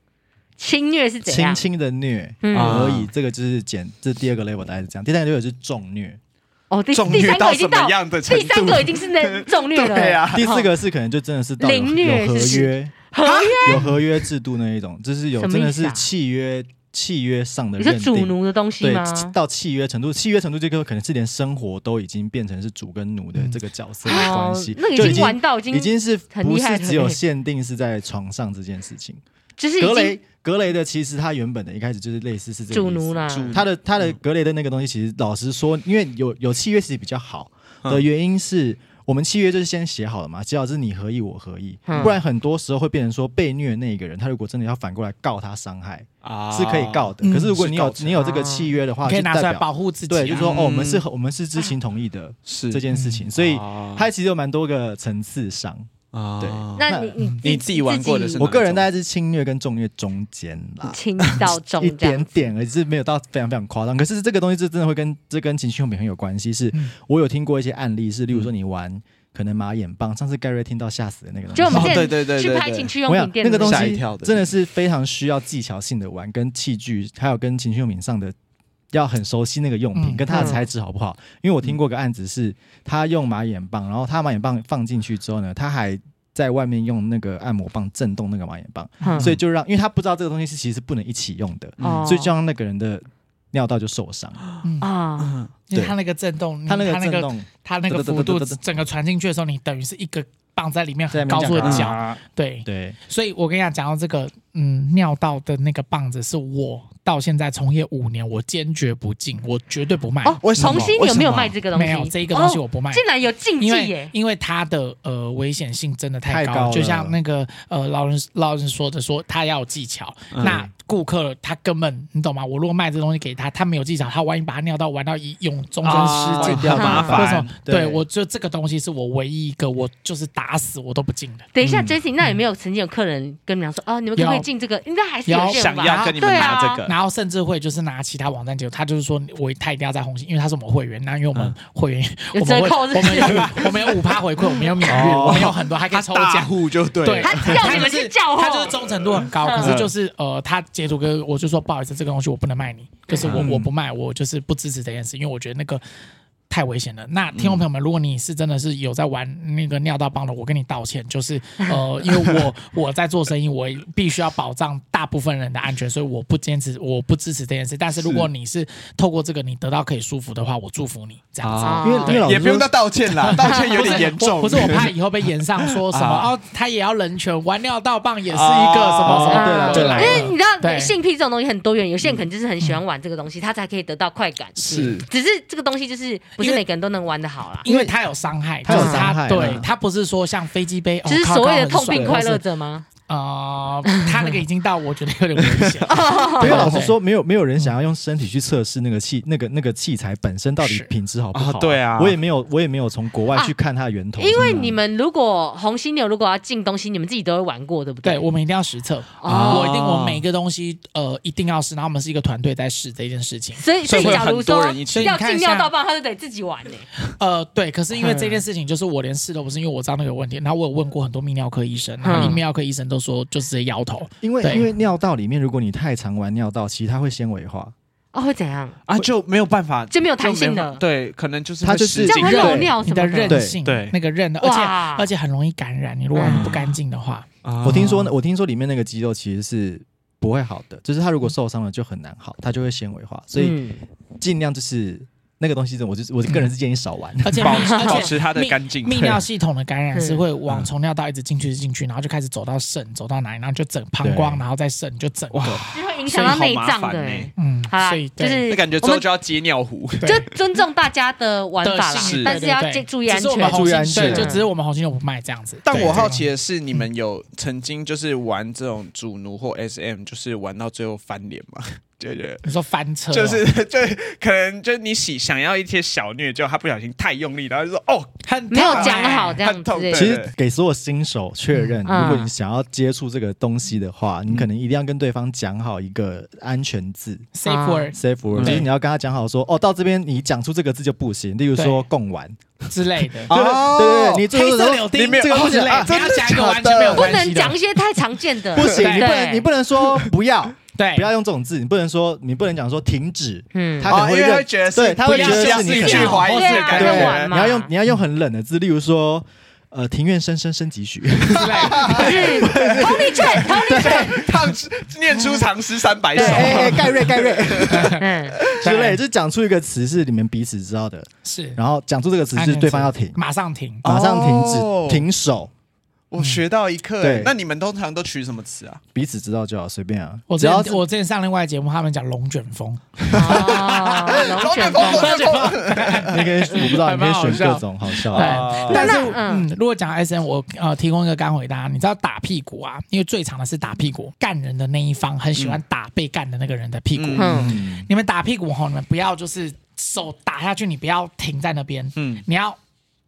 Speaker 2: 侵虐是怎
Speaker 3: 轻
Speaker 2: 样？
Speaker 3: 轻的虐
Speaker 2: 嗯
Speaker 3: 而已，这个就是简，这第二个 level 大概是这样。第三个 level 就是重虐，
Speaker 2: 哦，第
Speaker 1: 重
Speaker 2: 第
Speaker 1: 虐
Speaker 2: 三
Speaker 1: 到
Speaker 2: 个已
Speaker 1: 什
Speaker 2: 经
Speaker 1: 么
Speaker 2: 到
Speaker 1: 样的程度？
Speaker 2: 第三个已经是那重虐了。
Speaker 1: 对啊
Speaker 3: 第四个是可能就真的是到有
Speaker 2: 哦凌虐
Speaker 3: 有合
Speaker 2: 是
Speaker 3: 约，啊
Speaker 2: 合约，
Speaker 3: 有合约制度那一种，就是有
Speaker 2: 什么
Speaker 3: 真的
Speaker 2: 意
Speaker 3: 是
Speaker 2: 思啊
Speaker 3: 契约契约上的
Speaker 2: 你说
Speaker 3: 认
Speaker 2: 主
Speaker 3: 定。
Speaker 2: 奴的东西
Speaker 3: 对
Speaker 2: 吗？，
Speaker 3: 到契约程度，契约程度这个可能是连生活都已经变成是主跟奴的这个角色的关
Speaker 2: 嗯
Speaker 3: 系，
Speaker 2: 哦那
Speaker 3: 就
Speaker 2: 已经玩到已经
Speaker 3: 已经是
Speaker 2: 很
Speaker 3: 不
Speaker 2: 厉害
Speaker 3: 是
Speaker 2: 了
Speaker 3: 只有限定是在床上这件事情？
Speaker 2: 就是
Speaker 3: 格
Speaker 2: 已经
Speaker 3: 雷格雷的其实他原本的一开始就是类似是这个
Speaker 2: 主
Speaker 3: 意思
Speaker 2: 奴啦。
Speaker 4: 嗯
Speaker 1: 主
Speaker 3: 他的他的格雷的那个东西，其实老实说，因为有有契约其实比较好
Speaker 4: 嗯
Speaker 3: 的原因是。我们契约就是先写好了嘛，写好是你合意我合意，
Speaker 2: 嗯
Speaker 3: 不然很多时候会变成说被虐那个人，他如果真的要反过来告他伤害，
Speaker 1: 啊
Speaker 3: 是可以告的。
Speaker 4: 嗯
Speaker 3: 可是如果你有
Speaker 1: 是告成
Speaker 3: 你有这个契约的话，
Speaker 4: 啊可以
Speaker 3: 就
Speaker 4: 拿
Speaker 3: 代
Speaker 4: 出来
Speaker 3: 表
Speaker 4: 保护自己、啊。
Speaker 3: 对，就说
Speaker 1: 嗯
Speaker 3: 哦，我们是我们是知情同意的
Speaker 1: 是
Speaker 3: 这件事
Speaker 4: 嗯
Speaker 3: 情，所以
Speaker 4: 啊
Speaker 3: 它其实有蛮多个层次上。
Speaker 1: 啊
Speaker 3: 对
Speaker 2: 那你你
Speaker 1: 你自己玩过的是哪一种
Speaker 3: 我个人大概是侵略跟重虐中间啦，
Speaker 2: 亲到
Speaker 1: [laughs]
Speaker 2: 中
Speaker 3: 一
Speaker 2: 这
Speaker 3: 点
Speaker 2: 样，
Speaker 3: 点而已，是没有到非常非常夸张。可是这个东西是真的会跟这跟情绪用品很有关系。是
Speaker 4: 嗯
Speaker 3: 我有听过一些案例，是例
Speaker 1: 嗯
Speaker 3: 如说你玩可能马眼棒，上次盖瑞听到吓死的那个东西
Speaker 2: 就我们
Speaker 1: 哦
Speaker 2: 之
Speaker 1: 对对
Speaker 2: 前
Speaker 1: 对
Speaker 2: 去
Speaker 1: 对
Speaker 2: 拍
Speaker 1: 对
Speaker 2: 情趣
Speaker 3: [laughs] 我
Speaker 2: 用
Speaker 3: 想
Speaker 2: 品店
Speaker 3: 那
Speaker 2: 的
Speaker 3: 个
Speaker 2: 时
Speaker 3: 东
Speaker 1: 吓
Speaker 2: 候，
Speaker 1: 一
Speaker 3: 西
Speaker 1: 跳的
Speaker 3: 真的是非常需要技巧性的玩，跟器具还有跟情趣用品上的要很熟悉那个用品，
Speaker 4: 嗯
Speaker 3: 跟它的材质好不好？因为
Speaker 1: 嗯
Speaker 3: 我听过个案子是，他用马眼棒，然后他马眼棒放进去之后呢，他还。在外面用那个按摩棒震动那个马眼棒，
Speaker 2: 嗯
Speaker 3: 所以就让，因为他不知道这个东西是其实是不能一起用
Speaker 1: 嗯
Speaker 3: 的，
Speaker 2: 哦
Speaker 3: 所以就让那个人的尿道就受伤，
Speaker 2: 啊，
Speaker 1: 嗯
Speaker 4: 因为它那个震动，
Speaker 3: 他那
Speaker 4: 个
Speaker 3: 个震动
Speaker 4: 它那个
Speaker 3: 对对
Speaker 4: 幅
Speaker 3: 对对
Speaker 4: 度
Speaker 3: 对对
Speaker 4: 整个传进去的时候，你等于是一个棒在里面
Speaker 3: 在
Speaker 4: 很
Speaker 3: 里面
Speaker 4: 高速的
Speaker 3: 这样
Speaker 4: 搅，
Speaker 1: 啊
Speaker 4: 对，
Speaker 3: 对，
Speaker 4: 所以我跟你讲，讲到这个，嗯，尿道的那个棒子是我到现在从业五年，我坚决不进，我绝对不卖。
Speaker 2: 哦，
Speaker 1: 为什么
Speaker 2: 重新有没有卖这个东西？
Speaker 4: 没有这一个东西我不卖
Speaker 2: 哦竟然有禁忌
Speaker 4: 因为
Speaker 2: 耶！
Speaker 4: 因为它的呃危险性真的太
Speaker 3: 太
Speaker 4: 高，
Speaker 3: 高了
Speaker 4: 就像那个呃老人老人说的说，他要有技巧。那顾客他根本你懂吗？我如果卖这东西给他，他没有技巧，他万一把他尿道玩到一用终身
Speaker 1: 啊
Speaker 4: 失禁 [laughs]
Speaker 3: 比，较
Speaker 2: 很
Speaker 3: 麻
Speaker 4: 或者什
Speaker 3: 烦
Speaker 4: 么，对我就这个东西是我唯一一个我就是打死我都不进的。
Speaker 2: 等
Speaker 1: 嗯
Speaker 2: 一下，Jason，那有没有曾经有客人跟你们讲说，哦，你们可不可以进这个？应该还是有
Speaker 4: 有
Speaker 2: 些人
Speaker 1: 想
Speaker 2: 吧
Speaker 1: 要跟你们
Speaker 2: 对啊
Speaker 1: 拿这个，
Speaker 4: 然后甚至会就是拿其他网站解读，他就是说我他一定要在红星，因为他是我们会员，那因为我们会员、
Speaker 2: 有
Speaker 4: 我们
Speaker 2: 折
Speaker 4: 会
Speaker 2: 扣是
Speaker 4: 我
Speaker 2: 不
Speaker 4: 们
Speaker 2: 是
Speaker 4: 有我们有五趴回馈，我们有免运，
Speaker 1: 哦
Speaker 4: 我们有很多还可以
Speaker 1: 他
Speaker 4: 抽
Speaker 1: 大
Speaker 4: 奖。
Speaker 1: 户就对了
Speaker 4: 对，
Speaker 2: 他叫你们去叫嗯货
Speaker 4: 他就是忠诚度很高，可是就是呃，他截图给我我就说不好意思，这个东西我不能卖你，就是我
Speaker 3: 嗯
Speaker 4: 我不卖，我就是不支持这件事，因为我觉得那个太危险了。那听众朋友们，如果你是真的是有在玩那个尿道棒的，我跟你道歉，就是呃，因为我我在做生意，我必须要保障大部分人的安全，所以我不坚持，我不支持这件事。但是如果你是透过这个你得到可以舒服的话，我祝福你这样子。
Speaker 2: 啊
Speaker 3: 因为因为老
Speaker 1: 也
Speaker 3: 师
Speaker 1: 不用再道歉啦， [laughs] 道歉有
Speaker 4: 不是
Speaker 1: 点严重。
Speaker 4: 不是我怕以后被延上说什么
Speaker 1: 啊
Speaker 4: 哦，他也要人权，玩尿道棒也是一个什么什
Speaker 3: 哦
Speaker 4: 么，
Speaker 3: 对了对
Speaker 4: 就来
Speaker 2: 啊
Speaker 3: 了
Speaker 2: 因为你知道
Speaker 4: 对
Speaker 2: 性癖这种东西很多元，有些人可能就是很喜欢玩这个东西，他才可以得到快感。
Speaker 1: 嗯
Speaker 2: 嗯
Speaker 1: 是
Speaker 2: 只是这个东西就是不是每个人都能玩得好啦，
Speaker 4: 因为他有伤害，
Speaker 3: 他有
Speaker 4: 就是
Speaker 3: 伤害
Speaker 4: 对
Speaker 3: 嗯
Speaker 4: 他不是说像飞机杯，哦
Speaker 2: 就是
Speaker 4: 靠
Speaker 2: 所谓的
Speaker 4: 高
Speaker 2: 痛
Speaker 4: 很爽哦
Speaker 2: 并快
Speaker 4: 或
Speaker 2: 乐
Speaker 4: 是
Speaker 2: 着吗？
Speaker 4: 呃，他那个已经到我觉得有点危 [laughs] 险，
Speaker 3: 因
Speaker 4: 对
Speaker 3: 为老实说，没有没有人想要用身体去测试那个器那个那个器材本身到底
Speaker 4: 是
Speaker 3: 品质好不好、
Speaker 1: 啊对啊
Speaker 3: 我也没有我也没有从国外
Speaker 2: 啊
Speaker 3: 去看它的源头，
Speaker 2: 因为
Speaker 3: 真的
Speaker 2: 你们如果红犀牛如果要进东西，你们自己都会玩过，对不
Speaker 4: 对
Speaker 2: 对
Speaker 4: 我们一定要实测，
Speaker 2: 哦
Speaker 4: 我一定我每个东西呃一定要试，然后我们是一个团队在试这件事情，
Speaker 2: 所以，所
Speaker 1: 所
Speaker 2: 以
Speaker 1: 以会
Speaker 2: 假如
Speaker 1: 很多
Speaker 2: 说
Speaker 1: 人一起
Speaker 2: 要
Speaker 4: 所以
Speaker 2: 进
Speaker 4: 你看
Speaker 2: 尿
Speaker 4: 像
Speaker 2: 道棒，他就得自己玩呢、
Speaker 4: 呃，对，可是因为这件事情，就是我连试都不是，因为我知道那个有问题，然后我有问过很多泌尿科医生，然后泌尿科医生都说就直接摇头，
Speaker 3: 因为
Speaker 4: 对
Speaker 3: 因为尿道里面，如果你太常玩尿道，其实它会纤维化，
Speaker 2: 哦，会怎样？
Speaker 1: 啊，就没有办法，
Speaker 2: 就没有弹性的
Speaker 1: 就没有对，可能就是
Speaker 3: 他就是
Speaker 1: 会失
Speaker 2: 这
Speaker 1: 禁
Speaker 2: 样会
Speaker 3: 对
Speaker 2: 漏尿
Speaker 4: 你
Speaker 2: 什么
Speaker 4: 的
Speaker 2: 的？
Speaker 4: 韧性，
Speaker 1: 对
Speaker 4: 那个韧的，而且
Speaker 2: 哇嗯
Speaker 4: 而且很容易感染。你如果你不干净的话，
Speaker 1: 啊
Speaker 3: 我听说呢，我听说里面那个肌肉其实是不会好的，就是他如果受伤了就很难好，他就会纤维化，所以
Speaker 2: 嗯
Speaker 3: 尽量就是那个东西，我就我个人是建议少玩。
Speaker 4: 而且
Speaker 1: 保
Speaker 4: 而
Speaker 1: 持
Speaker 4: 且
Speaker 1: 保持它的干净
Speaker 4: 泌
Speaker 1: 对
Speaker 4: 尿系统的感染是
Speaker 2: 嗯
Speaker 4: 会往从尿道一直进去进去，然后就开始走到肾，走到哪里，然后就整膀胱，
Speaker 3: 对
Speaker 4: 然后再肾，就整个
Speaker 1: 哇，
Speaker 2: 就会影响到内
Speaker 1: 所以好麻
Speaker 2: 脏的、
Speaker 1: 烦
Speaker 2: 欸
Speaker 1: 呢
Speaker 4: 嗯，
Speaker 2: 好啦
Speaker 4: 所以，
Speaker 2: 就
Speaker 4: 对
Speaker 2: 是
Speaker 1: 那感觉之
Speaker 2: 我
Speaker 1: 后
Speaker 2: 们
Speaker 1: 就要接尿壶，
Speaker 2: 就尊重大家的玩
Speaker 4: 的
Speaker 2: 法啦
Speaker 1: 是，
Speaker 2: 但是要
Speaker 4: 对对对
Speaker 2: 注意安
Speaker 4: 只是我们
Speaker 2: 全。
Speaker 4: 红
Speaker 3: 注意
Speaker 4: 心
Speaker 3: 安全
Speaker 4: 对就只是我们红心牛不卖这样子。
Speaker 1: [laughs] 但
Speaker 4: 对
Speaker 1: 我好奇，的是，你们有曾经就是玩这种主奴或 SM，就是玩到最后翻脸吗？ [laughs] 就觉得
Speaker 4: 你说翻车哦，
Speaker 1: 就是 [laughs] 就可能就你喜想要一些小虐，就他不小心太用力，然后就说哦，
Speaker 4: 很
Speaker 2: 没有
Speaker 4: 痛
Speaker 2: 讲
Speaker 4: 哎
Speaker 2: 好这样
Speaker 1: 很
Speaker 2: 子
Speaker 1: 痛
Speaker 2: 之
Speaker 1: 对
Speaker 2: 类的，
Speaker 3: 其实给所有新手确认，
Speaker 2: 嗯
Speaker 3: 如果你想要接触这个东西的话，你可能一定要跟对方讲好一个安全字
Speaker 2: 啊
Speaker 4: ，safe word
Speaker 3: （safe
Speaker 2: 嗯
Speaker 3: word），就是你要跟他讲好说，哦，到这边你讲出这个字就不行。例如说共玩，
Speaker 4: 之类的，
Speaker 3: 对
Speaker 1: 哦
Speaker 3: 对对，啊你
Speaker 4: 黑
Speaker 3: 这
Speaker 4: 色
Speaker 3: 个
Speaker 4: 柳丁
Speaker 1: 你没有
Speaker 4: 这个不行
Speaker 1: 哦，啊
Speaker 4: 你要讲一个完
Speaker 3: 真
Speaker 4: 全
Speaker 3: 的
Speaker 4: 没有
Speaker 2: 不
Speaker 4: 关
Speaker 2: 能
Speaker 4: 系的
Speaker 2: 讲一，些太常见的。
Speaker 3: 不行，你不能
Speaker 2: 对
Speaker 3: 你不能说不要，
Speaker 4: 对，
Speaker 3: 不要用这种字，你不能说你不能讲说停止，
Speaker 2: 嗯
Speaker 3: 他可能
Speaker 1: 哦因
Speaker 3: 会
Speaker 1: 为
Speaker 3: 认
Speaker 1: 他觉得是
Speaker 3: 对，他会
Speaker 4: 不
Speaker 3: 觉
Speaker 4: 要
Speaker 3: 得
Speaker 4: 像
Speaker 3: 是
Speaker 4: 是
Speaker 3: 你
Speaker 4: 一
Speaker 3: 可
Speaker 1: 句
Speaker 3: 能
Speaker 4: 种
Speaker 1: 怀疑
Speaker 2: 对
Speaker 1: 的
Speaker 2: 啊
Speaker 1: 感
Speaker 2: 在
Speaker 1: 觉
Speaker 2: 玩。
Speaker 3: 对，
Speaker 2: 嘛
Speaker 3: 你要用你要用很冷的字，例如说。呃，庭院深深深几许，
Speaker 4: 之类
Speaker 2: [laughs]
Speaker 4: 的，
Speaker 2: 不是 Tony Chen Tony
Speaker 1: 唱念出唐诗三百首
Speaker 3: 对，，哎哎，盖瑞盖瑞
Speaker 2: 嗯，
Speaker 3: 之类，就是讲出一个词是你们彼此知道的，
Speaker 4: 是
Speaker 3: 然后讲出这个词是对方要停，
Speaker 4: 马上停，
Speaker 3: 马上停止、
Speaker 1: 哦
Speaker 3: 停手，
Speaker 1: 我学到一课。哎
Speaker 3: 对
Speaker 1: 那你们通常都取什么词啊？
Speaker 3: 彼此知道就好，随便啊。
Speaker 4: 我之
Speaker 3: 只
Speaker 4: 前
Speaker 3: 要是
Speaker 4: 我之前上另外节目，他们讲龙卷风，
Speaker 2: 哦，龙卷风，
Speaker 1: 龙卷风
Speaker 3: 你可以，我不知道，
Speaker 4: 还
Speaker 3: 你
Speaker 4: 蛮好
Speaker 3: 可以选
Speaker 4: 笑
Speaker 3: 各种好笑
Speaker 4: 对
Speaker 3: 的。
Speaker 1: 哦，
Speaker 4: 但是
Speaker 2: 那
Speaker 4: 嗯
Speaker 2: 哎嗯，
Speaker 4: 如果讲 S M，我呃提供一个干回答，你知道打屁股啊，因为最长的是打屁股，干人的那一方很喜欢打被干的那个人的屁股，
Speaker 1: 嗯
Speaker 2: 嗯，
Speaker 3: 嗯，
Speaker 4: 你们打屁股吼，你们不要就是手打下去，你不要停在那边，
Speaker 1: 嗯，
Speaker 4: 你要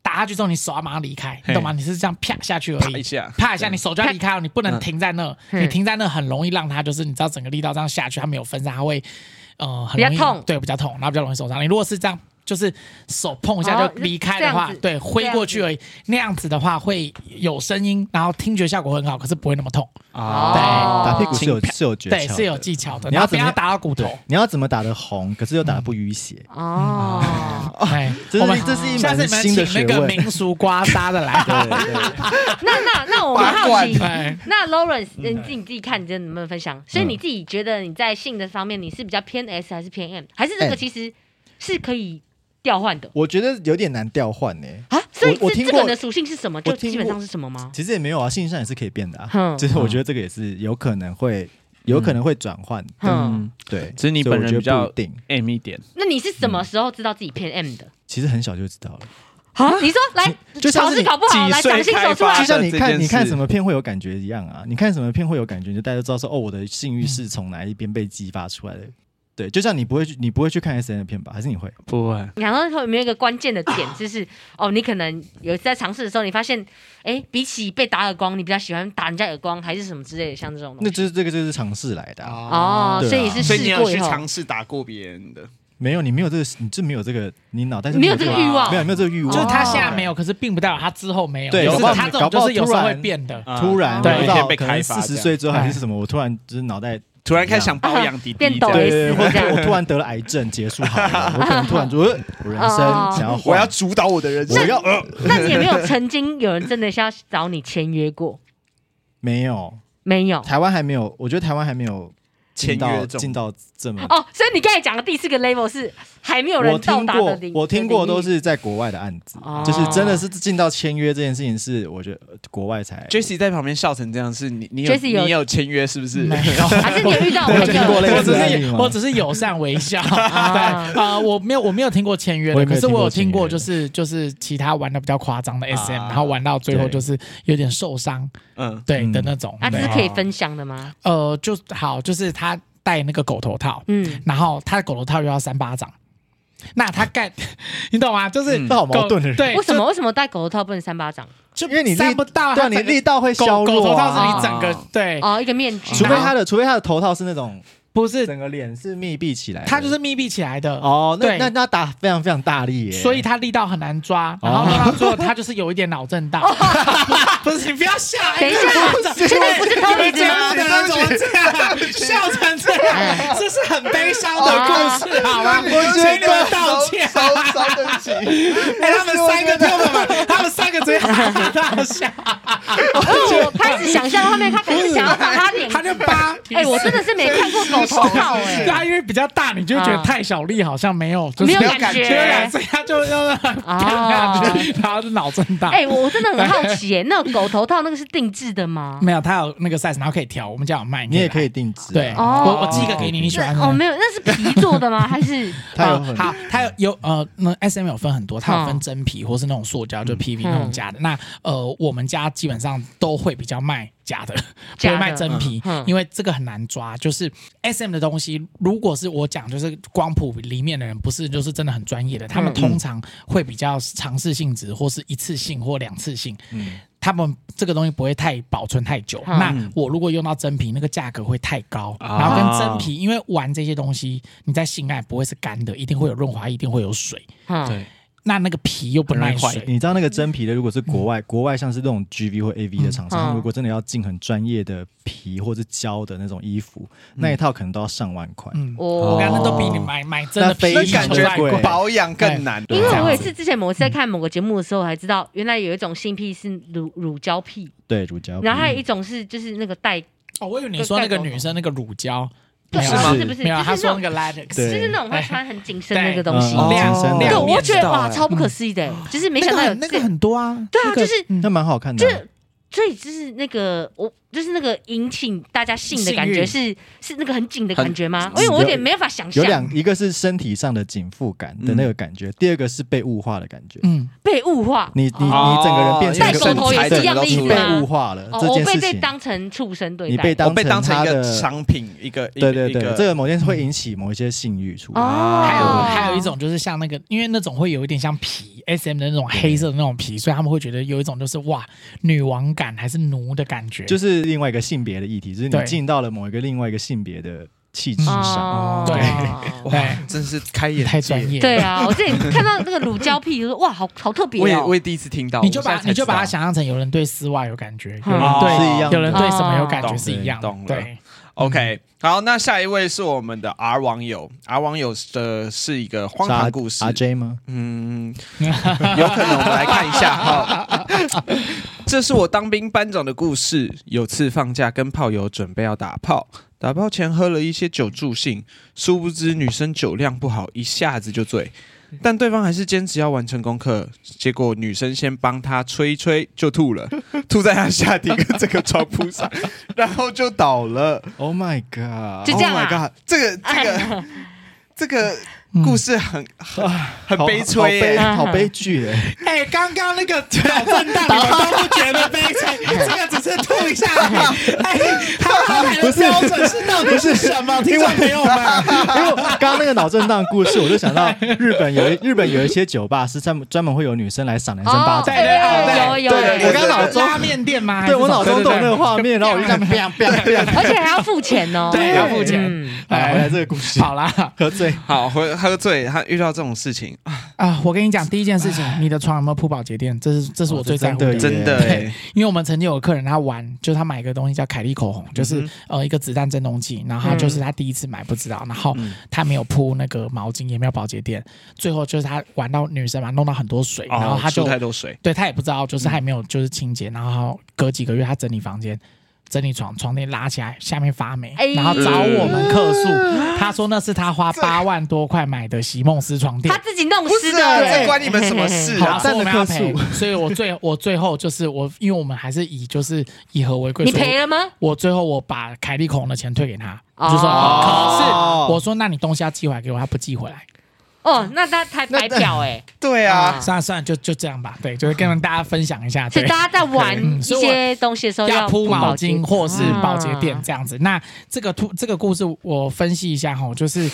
Speaker 4: 打下去之后，你手要马上离开，你懂吗？你是这样啪下去而
Speaker 1: 啪
Speaker 4: 已，
Speaker 1: 一下
Speaker 4: 啪一下，
Speaker 1: 对
Speaker 4: 你手就要离开哦，你不能
Speaker 1: 嗯
Speaker 4: 停在那，
Speaker 2: 嗯
Speaker 4: 你停在那很容易让它就是你知道整个力道这样下去，它没有分散，它会呃很
Speaker 2: 比较
Speaker 4: 容易
Speaker 2: 痛
Speaker 4: 对，比较痛，然后比较容易受伤。你如果是这样。就是手碰一下
Speaker 2: 哦
Speaker 4: 就离开的话，
Speaker 2: 这样子
Speaker 4: 对，挥过去
Speaker 2: 这
Speaker 4: 而已。那样子的话会有声音，然后听觉效果很好，可是不会那么痛。
Speaker 1: 啊
Speaker 2: 哦
Speaker 3: 打屁股是
Speaker 1: 轻
Speaker 3: 有
Speaker 1: 飘
Speaker 3: 是有诀
Speaker 4: 对，
Speaker 3: 窍的，
Speaker 4: 是有技巧的。
Speaker 3: 你
Speaker 4: 然
Speaker 3: 要
Speaker 4: 后不
Speaker 3: 怎么
Speaker 4: 要
Speaker 3: 样
Speaker 4: 打到骨头
Speaker 3: 对。，你要怎么打的红，可是又打的不淤血，
Speaker 2: 哦，
Speaker 4: 哎，
Speaker 3: 这
Speaker 4: 我们
Speaker 3: 是这是一
Speaker 4: 下次
Speaker 3: 门
Speaker 4: 你们
Speaker 3: 新的
Speaker 4: 请那
Speaker 3: 学
Speaker 4: 个
Speaker 3: 问。
Speaker 4: 民俗刮痧的来。
Speaker 3: 对对，
Speaker 2: [laughs] 那那那我们好
Speaker 3: [laughs]
Speaker 2: 奇，
Speaker 4: 对，哎
Speaker 2: 那 Lawrence，你
Speaker 1: 嗯
Speaker 2: 自己你自己看，你觉得能不能分享？所以你自己觉得你在性的方面，你是比较偏 S 还是偏 M，还是这个
Speaker 3: M
Speaker 2: 其实是可以调换的
Speaker 3: 我觉得有点难调换呢。
Speaker 2: 啊？所以
Speaker 3: 我
Speaker 2: 这
Speaker 3: 听
Speaker 2: 这个
Speaker 3: 过
Speaker 2: 人的属性是什么？就
Speaker 3: 我听
Speaker 2: 基本
Speaker 3: 过
Speaker 2: 上是什么吗？
Speaker 3: 其实也没有啊，性向也是可以变的啊
Speaker 2: 哼。
Speaker 3: 就是我觉得这个也是有可能会有可能会转换。
Speaker 2: 嗯，
Speaker 1: 嗯，
Speaker 3: 对，
Speaker 1: 只是你
Speaker 3: 所以我
Speaker 1: 本人
Speaker 3: 觉得
Speaker 1: 比较
Speaker 3: 不一定，
Speaker 1: M 一点，
Speaker 2: 那你是什么时候知道自己偏 M 的？
Speaker 3: 其实很小就知道了。
Speaker 2: 啊，你说来
Speaker 3: 就像
Speaker 2: 考
Speaker 3: 是
Speaker 2: 试
Speaker 3: 你
Speaker 2: 考不好，
Speaker 1: 几
Speaker 2: 来
Speaker 1: 岁
Speaker 2: 掌心手
Speaker 1: 开发
Speaker 2: 出
Speaker 3: 就
Speaker 2: 来
Speaker 1: 的，
Speaker 3: 像你
Speaker 1: 这件
Speaker 3: 看你看
Speaker 1: 事
Speaker 3: 什么片会有感觉一样啊，你看什么片会有感觉，你就大家就知道说哦，我的性欲
Speaker 1: 嗯
Speaker 3: 是从哪一边被激发出来的。对，就像你不会去，你不会去看 S N 的片吧？还是你会？
Speaker 1: 不会。
Speaker 2: 然后有没有一个关键的点，就是哦，你可能有一次在尝试的时候，你发现，哎，比起被打耳光，你比较喜欢打人家耳光，还是什么之类的，像这种东
Speaker 3: 那
Speaker 2: 西。
Speaker 3: 就是这个就是尝试来的、啊。
Speaker 2: 哦，
Speaker 3: 对啊
Speaker 2: 所以是
Speaker 1: 所以你
Speaker 2: 试
Speaker 1: 有
Speaker 2: 过以
Speaker 1: 去
Speaker 2: 后，
Speaker 1: 尝试打过别人的，
Speaker 3: 没有，你没有这个，你就没有这个，你脑袋就
Speaker 2: 没有这个欲望
Speaker 3: 没有没有这个欲望，啊
Speaker 4: 就是他
Speaker 2: 哦
Speaker 4: 现在没有，可是并不代表他之后没有。
Speaker 3: 对
Speaker 4: 有时
Speaker 3: 搞不
Speaker 4: 候
Speaker 3: 好
Speaker 4: 他这种就是有时候
Speaker 3: 搞不好突
Speaker 4: 会
Speaker 3: 然
Speaker 4: 变的。
Speaker 1: 啊
Speaker 3: 突然
Speaker 4: 对
Speaker 3: 不
Speaker 1: 有
Speaker 3: 知
Speaker 1: 一
Speaker 3: 道
Speaker 1: 天被开发
Speaker 3: 四
Speaker 1: 这样哎
Speaker 3: 十岁之后还是什么，我突然就是脑袋
Speaker 1: 突然开始想包养弟弟，
Speaker 2: 变
Speaker 1: 这
Speaker 2: 抖
Speaker 1: 样
Speaker 3: 对
Speaker 2: 也
Speaker 3: 对对，
Speaker 2: 是
Speaker 3: 或
Speaker 2: 这
Speaker 3: 者
Speaker 2: 样
Speaker 3: 我突然得了癌症，结束好了，我可能突然就呃我人生
Speaker 2: 哦
Speaker 3: 想要
Speaker 1: 我
Speaker 3: 换
Speaker 1: 要主导我的人生，
Speaker 3: 我要呃
Speaker 2: 那你有没有曾经有人真的想要找你签约过？
Speaker 3: 没有，
Speaker 2: 没有
Speaker 3: 台湾还没有，我觉得台湾还没有进
Speaker 1: 签约
Speaker 3: 到
Speaker 1: 这种
Speaker 3: 进到这么
Speaker 2: 哦，所以你刚才讲的第四个 level 是还没有
Speaker 3: 我
Speaker 2: 人到
Speaker 3: 听
Speaker 2: 达的
Speaker 3: 过
Speaker 2: 领，，
Speaker 3: 我听过都
Speaker 2: 的领域
Speaker 3: 是在国外的案子
Speaker 2: 哦，
Speaker 3: 就是真的是进到签约这件事情，是我觉得呃国外才
Speaker 1: Jesse 在旁边笑成这样，是你你有
Speaker 2: Jessie 有
Speaker 1: 你有签约是不是？
Speaker 4: 没有，
Speaker 2: 还啊是你有遇到
Speaker 3: 我有
Speaker 2: 朋
Speaker 3: 听过
Speaker 2: 友
Speaker 3: 类
Speaker 4: 我
Speaker 3: 似
Speaker 4: 只
Speaker 3: 的案例
Speaker 4: 是
Speaker 3: 吗啊
Speaker 4: 我只是友善微笑。 [laughs] 对，呃，我没有我没有听过签约
Speaker 3: 我
Speaker 4: 的，
Speaker 3: 也没
Speaker 4: 可
Speaker 3: 有
Speaker 4: 是我有听过
Speaker 3: 听过
Speaker 4: 就
Speaker 3: 签
Speaker 4: 是就是其他玩的比较夸张的 SM，
Speaker 1: 啊
Speaker 4: 然后玩到最后
Speaker 3: 对
Speaker 4: 就是有点受伤，
Speaker 1: [laughs] 嗯，
Speaker 4: 对
Speaker 3: 嗯
Speaker 4: 的那种。
Speaker 2: 啊，这
Speaker 4: 对
Speaker 2: 是可以分享的吗？
Speaker 4: 呃，就好，就是他戴那个狗头套，
Speaker 2: 嗯，
Speaker 4: 然后他的狗头套又要三巴掌，那他
Speaker 3: [laughs]
Speaker 4: 干，你懂吗？就是
Speaker 1: 嗯
Speaker 3: 这好矛
Speaker 4: 狗
Speaker 3: 盾的人，
Speaker 4: 对，
Speaker 2: 为什么为什么戴狗头套不能三巴掌？
Speaker 4: 就？就
Speaker 3: 因为你
Speaker 4: 塞
Speaker 3: 力
Speaker 4: 不到，
Speaker 3: 对
Speaker 4: 他
Speaker 3: 啊，你
Speaker 4: 整个
Speaker 3: 力道会
Speaker 4: 狗
Speaker 3: 削
Speaker 4: 狗头
Speaker 3: 弱
Speaker 4: 套是
Speaker 3: 啊。
Speaker 4: 你整个
Speaker 1: 啊
Speaker 4: 对，
Speaker 2: 哦，一个面具，
Speaker 3: 除非
Speaker 2: 然后
Speaker 3: 他的，除非他的头套是那种
Speaker 4: 不是
Speaker 3: 整个脸是密闭起来的，
Speaker 4: 它就是密闭起来的
Speaker 3: 哦，那
Speaker 4: 对
Speaker 3: 那那打非常非常大力耶，
Speaker 4: 所
Speaker 3: [laughs]
Speaker 4: 以他力道很难抓，然后
Speaker 3: 哦
Speaker 4: 到最后他就是有一点脑震荡。 [laughs] 不是你不要笑，
Speaker 2: 哦
Speaker 4: 哎
Speaker 2: 等一下
Speaker 1: 哎
Speaker 4: 这
Speaker 2: 现在不是 Tony
Speaker 4: 这
Speaker 2: 子
Speaker 4: 样
Speaker 2: 吗？
Speaker 4: 的人怎么这样笑成这
Speaker 2: 哎
Speaker 4: 样？这是很悲伤的故事，好
Speaker 2: 哦
Speaker 4: 吗？
Speaker 1: 我
Speaker 4: 觉得道歉
Speaker 1: 稍稍对不起，
Speaker 4: 哎，
Speaker 3: [laughs]
Speaker 4: 他们三个朋友们，他们三个直接哈 [laughs] 哈大笑，
Speaker 2: 哦我开始想象画面，他可能想要把他脸
Speaker 4: 他就扒
Speaker 2: 哎，我真的是没看过狗头套哎
Speaker 4: 对，啊，因为比较大，你就觉得
Speaker 2: 嗯
Speaker 4: 太小力好像没有，就是
Speaker 2: 没有
Speaker 1: 没有
Speaker 2: 感
Speaker 1: 感
Speaker 4: 没有感
Speaker 2: 觉。
Speaker 4: 所以他就要让他 [laughs]
Speaker 2: 哦
Speaker 4: 看下去，然后就脑震荡。
Speaker 2: 哎，我我真的很好奇哎，那个狗头套那个是定制的吗？
Speaker 3: 嗯
Speaker 4: 没有，他有那个 size，然后可以调，我们家有卖，
Speaker 3: 你也可
Speaker 4: 以
Speaker 3: 以定制啊。
Speaker 4: 来。对，
Speaker 2: 哦
Speaker 4: 我我寄一个给你，你喜欢
Speaker 2: 那
Speaker 3: 啊
Speaker 4: 吗？
Speaker 2: 哦，没有，那是皮做的吗？还是
Speaker 3: 它有
Speaker 4: 啊
Speaker 3: 很
Speaker 4: 好，它有有呃，那 S M 有分很多，它有分
Speaker 2: 嗯
Speaker 4: 真皮或是那种塑胶，就 P V
Speaker 2: 嗯
Speaker 4: 那种假的。那呃，我们家基本上都会比较卖假
Speaker 2: [laughs]
Speaker 4: 的，不
Speaker 2: 假
Speaker 4: 会
Speaker 2: 的
Speaker 4: 卖真皮
Speaker 2: 嗯嗯，
Speaker 4: 因为这个很难抓。就是 S M 的东西，如果是我讲，就是光谱里面的人不是就是真的很专业的，他们
Speaker 2: 嗯
Speaker 4: 通常会比较尝试性质，或是一次性或两次性。他们这个东西不会太保存太久。
Speaker 2: 嗯
Speaker 4: 那我如果用到真皮，那个价格会太高。
Speaker 1: 啊
Speaker 4: 然后跟真皮，因为玩这些东西，你在性爱不会是干的，一定会有润滑，一定会有水。
Speaker 2: 嗯
Speaker 3: 对，
Speaker 4: 那那个皮又不耐水，
Speaker 3: 你知道那个真皮的，如果是国外，国外像是那种 GV 或 AV 的厂
Speaker 2: 嗯
Speaker 3: 商，如果真的要进很专业的皮或者胶的那种衣服，那一套可能都要上万块。
Speaker 4: 嗯，我
Speaker 2: 我
Speaker 4: 刚
Speaker 3: 哦
Speaker 4: 刚都比你买买真的
Speaker 3: 那非
Speaker 4: 皮
Speaker 1: 那
Speaker 3: 常
Speaker 1: 感
Speaker 4: 球还
Speaker 3: 贵
Speaker 1: 觉保养更难，
Speaker 2: 因为
Speaker 4: 这样
Speaker 2: 我也
Speaker 4: 子
Speaker 2: 是之前某次在看某个节目的时候，我才知道原来有一种性癖是乳乳胶癖，
Speaker 3: 对，乳胶皮。
Speaker 2: 然后还有一种是就是那个带，
Speaker 4: 哦，我以为你说那个女生那个乳胶，
Speaker 2: 对
Speaker 4: 没有啊
Speaker 1: 是吗
Speaker 2: 不是不是，
Speaker 4: 没有，他
Speaker 2: 就是
Speaker 4: 说
Speaker 2: 那
Speaker 4: 那
Speaker 2: 种
Speaker 4: 个 latex，
Speaker 3: 对
Speaker 2: 就是那种会
Speaker 4: 哎
Speaker 2: 穿很紧身的那个
Speaker 3: 嗯
Speaker 2: 东西。
Speaker 3: 嗯
Speaker 4: 亮
Speaker 3: 健
Speaker 4: 亮
Speaker 3: 身
Speaker 2: 对，
Speaker 3: 的
Speaker 4: 我
Speaker 2: 我
Speaker 4: 也
Speaker 2: 觉
Speaker 4: 知
Speaker 2: 得
Speaker 4: 道
Speaker 2: 哇，
Speaker 4: 哎
Speaker 2: 超不可思议的，就是没想到有
Speaker 4: 那个很那
Speaker 2: 这
Speaker 4: 个很多啊，
Speaker 2: 对啊
Speaker 4: 那个
Speaker 2: 就是
Speaker 3: 那
Speaker 4: 嗯
Speaker 3: 蛮好看的啊。
Speaker 2: 这，所以就是那个我就是那个引起大家性的感觉是是那个很紧的感觉吗？因
Speaker 3: 很
Speaker 2: 为我有点没办法想
Speaker 3: 有
Speaker 2: 象
Speaker 3: 两，一个是身体上的紧缚感的那个感觉，第二个是被物化的感觉。
Speaker 4: 嗯，
Speaker 2: 被物化。
Speaker 3: 你你
Speaker 1: 哦
Speaker 3: 你整个人变成
Speaker 2: 戴
Speaker 3: 一个
Speaker 2: 狗头也是一样的意思
Speaker 3: 你被
Speaker 2: 吗
Speaker 3: 物？化了
Speaker 2: 哦，
Speaker 3: 这
Speaker 2: 我
Speaker 3: 件
Speaker 2: 被
Speaker 3: 事
Speaker 2: 被
Speaker 3: 情，
Speaker 2: 当成畜生对
Speaker 3: 你
Speaker 2: 待，
Speaker 3: 被
Speaker 1: 我
Speaker 3: 当
Speaker 1: 被当成
Speaker 3: 他
Speaker 1: 一个
Speaker 3: 的
Speaker 1: 商品，一个一个
Speaker 3: 对对
Speaker 1: 一
Speaker 3: 对，
Speaker 1: 个
Speaker 3: 这个某件事会引起某一些性欲出来。
Speaker 2: 哦，
Speaker 4: 还有还有一种就是像那个，因为那种会有一点像皮 S M 的那种黑色的那种皮，所以他们会觉得有一种就是哇女王感还是奴的感觉，
Speaker 3: 就是是另外一个性别的议题，就是
Speaker 4: 对
Speaker 3: 你进到了某一个另外一个性别的气质上。
Speaker 2: 哦
Speaker 4: 对
Speaker 1: 哇，真是开眼界
Speaker 4: 太专。业。
Speaker 2: 对，啊，我之前看到那个乳胶屁，我说哇，好好特别
Speaker 1: 我也
Speaker 2: 哦
Speaker 1: 我。也第一次听到，
Speaker 4: 你就
Speaker 1: 我
Speaker 4: 把
Speaker 1: 现在才
Speaker 4: 你就把
Speaker 1: 知道
Speaker 4: 它
Speaker 1: 哦
Speaker 4: 想象成有人对丝袜有感觉，有
Speaker 2: 嗯
Speaker 4: 人
Speaker 3: 是
Speaker 4: 对
Speaker 3: 一样的
Speaker 4: 有人对什么有感觉
Speaker 1: 懂
Speaker 4: 是一样的
Speaker 1: 懂。了
Speaker 4: 对，
Speaker 1: OK，好，那下一位是我们的 R 网友，R 网友的是一个荒唐故事
Speaker 3: R，J 吗？
Speaker 1: 嗯，有可能我们来看一
Speaker 3: [laughs]
Speaker 1: 下哈。这是我当兵班长的故事。有次放假跟炮友准备要打炮，打炮前喝了一些酒助兴，殊不知女生酒量不好，一下子就醉。但对方还是坚持要完成功课，结果女生先帮他吹一吹就吐了，吐在他下体跟这个床铺
Speaker 3: [laughs]
Speaker 1: 上，然后就倒了。
Speaker 3: Oh my god！
Speaker 2: 就这样啊
Speaker 1: Oh my god！这个这个这个
Speaker 4: 嗯
Speaker 2: 嗯
Speaker 1: 故事很很很
Speaker 3: 好
Speaker 1: 悲催耶、
Speaker 3: 好悲好悲剧
Speaker 2: [laughs]
Speaker 3: 哎！
Speaker 4: 哎，刚刚那
Speaker 1: [laughs]
Speaker 4: 个脑震荡，你们都不觉得悲催，这个只是吐一下而已。哎，他他们的标准是到底是什
Speaker 1: [laughs]
Speaker 4: 么？听众朋友们，
Speaker 3: [laughs] 因为刚刚那个脑震荡故事，我就想到日本有一日本有一些酒吧是专门专门会有女生来赏男生巴掌。
Speaker 4: 对对
Speaker 2: 哦，
Speaker 4: 对
Speaker 2: 有有有，
Speaker 3: 我刚脑中
Speaker 4: 拉面店吗？还是
Speaker 3: 对我
Speaker 4: 什么
Speaker 3: 脑中都有那个画面，然后我就这样啪啪啪。
Speaker 2: [laughs]
Speaker 3: [laughs]
Speaker 2: 而且还要付钱哦。
Speaker 4: [laughs] 对要付钱
Speaker 2: 嗯
Speaker 3: 哎，回来这个故事，
Speaker 4: 好啦
Speaker 3: 喝醉。
Speaker 1: 好，喝喝醉，他遇到这种事情，啊
Speaker 4: 啊！我跟你讲，第一件事情，你的床有没有铺保洁垫？这是这是我最在乎
Speaker 3: 哦
Speaker 4: 的
Speaker 3: 这。
Speaker 1: 真的哎，
Speaker 4: 因为我们曾经有个客人，他玩就是他买一个东西叫凯利口红，
Speaker 1: 嗯
Speaker 4: 就是、呃一个子弹震动器，然后他就是他第一次买不知道，然后
Speaker 1: 嗯
Speaker 4: 他没有铺那个毛巾，也没有保洁垫，最后就是他玩到女生嘛，弄到很多水，然后他就、
Speaker 1: 哦出太多嗯水，
Speaker 4: 对他也不知道，就是他也没有就是清洁，然后隔几个月他整理房间。整理床，床垫拉起来，下面发霉
Speaker 2: 哎，
Speaker 4: 然后找我们客诉。
Speaker 1: 嗯
Speaker 4: 他说那是他花八万多块买的席梦思床垫
Speaker 2: 他，自己弄
Speaker 1: 不
Speaker 2: 湿
Speaker 1: 是
Speaker 2: 的，
Speaker 1: 啊，
Speaker 2: 对
Speaker 1: 这关你们什么事
Speaker 4: 好
Speaker 1: 啊
Speaker 4: 啦，？所以我们要
Speaker 3: 好赞的
Speaker 4: 赔
Speaker 3: 客诉，
Speaker 4: 所以我最我最后就是我，因为我们还是以就是以和 [laughs] 为贵，
Speaker 2: 你
Speaker 4: 所以我
Speaker 2: 赔了吗？
Speaker 4: 我最后我把凯利孔的钱退给他，
Speaker 2: 哦
Speaker 4: 我就说
Speaker 1: 哦
Speaker 4: 可是我说那你东西要寄回来给我，他不寄回来，
Speaker 2: 哦，那他才白嫖哎。
Speaker 1: 对啊，
Speaker 4: 算了算了，就就这样吧，对，就是跟大家分享一下，
Speaker 2: 所
Speaker 4: 对嗯
Speaker 2: 以。大家在玩一些东西的时候
Speaker 4: 要铺
Speaker 2: 铺
Speaker 4: 毛
Speaker 2: 毛
Speaker 4: 巾或是保洁垫
Speaker 2: 啊
Speaker 4: 这样子。那这个图这个故事我分析一下哈，就是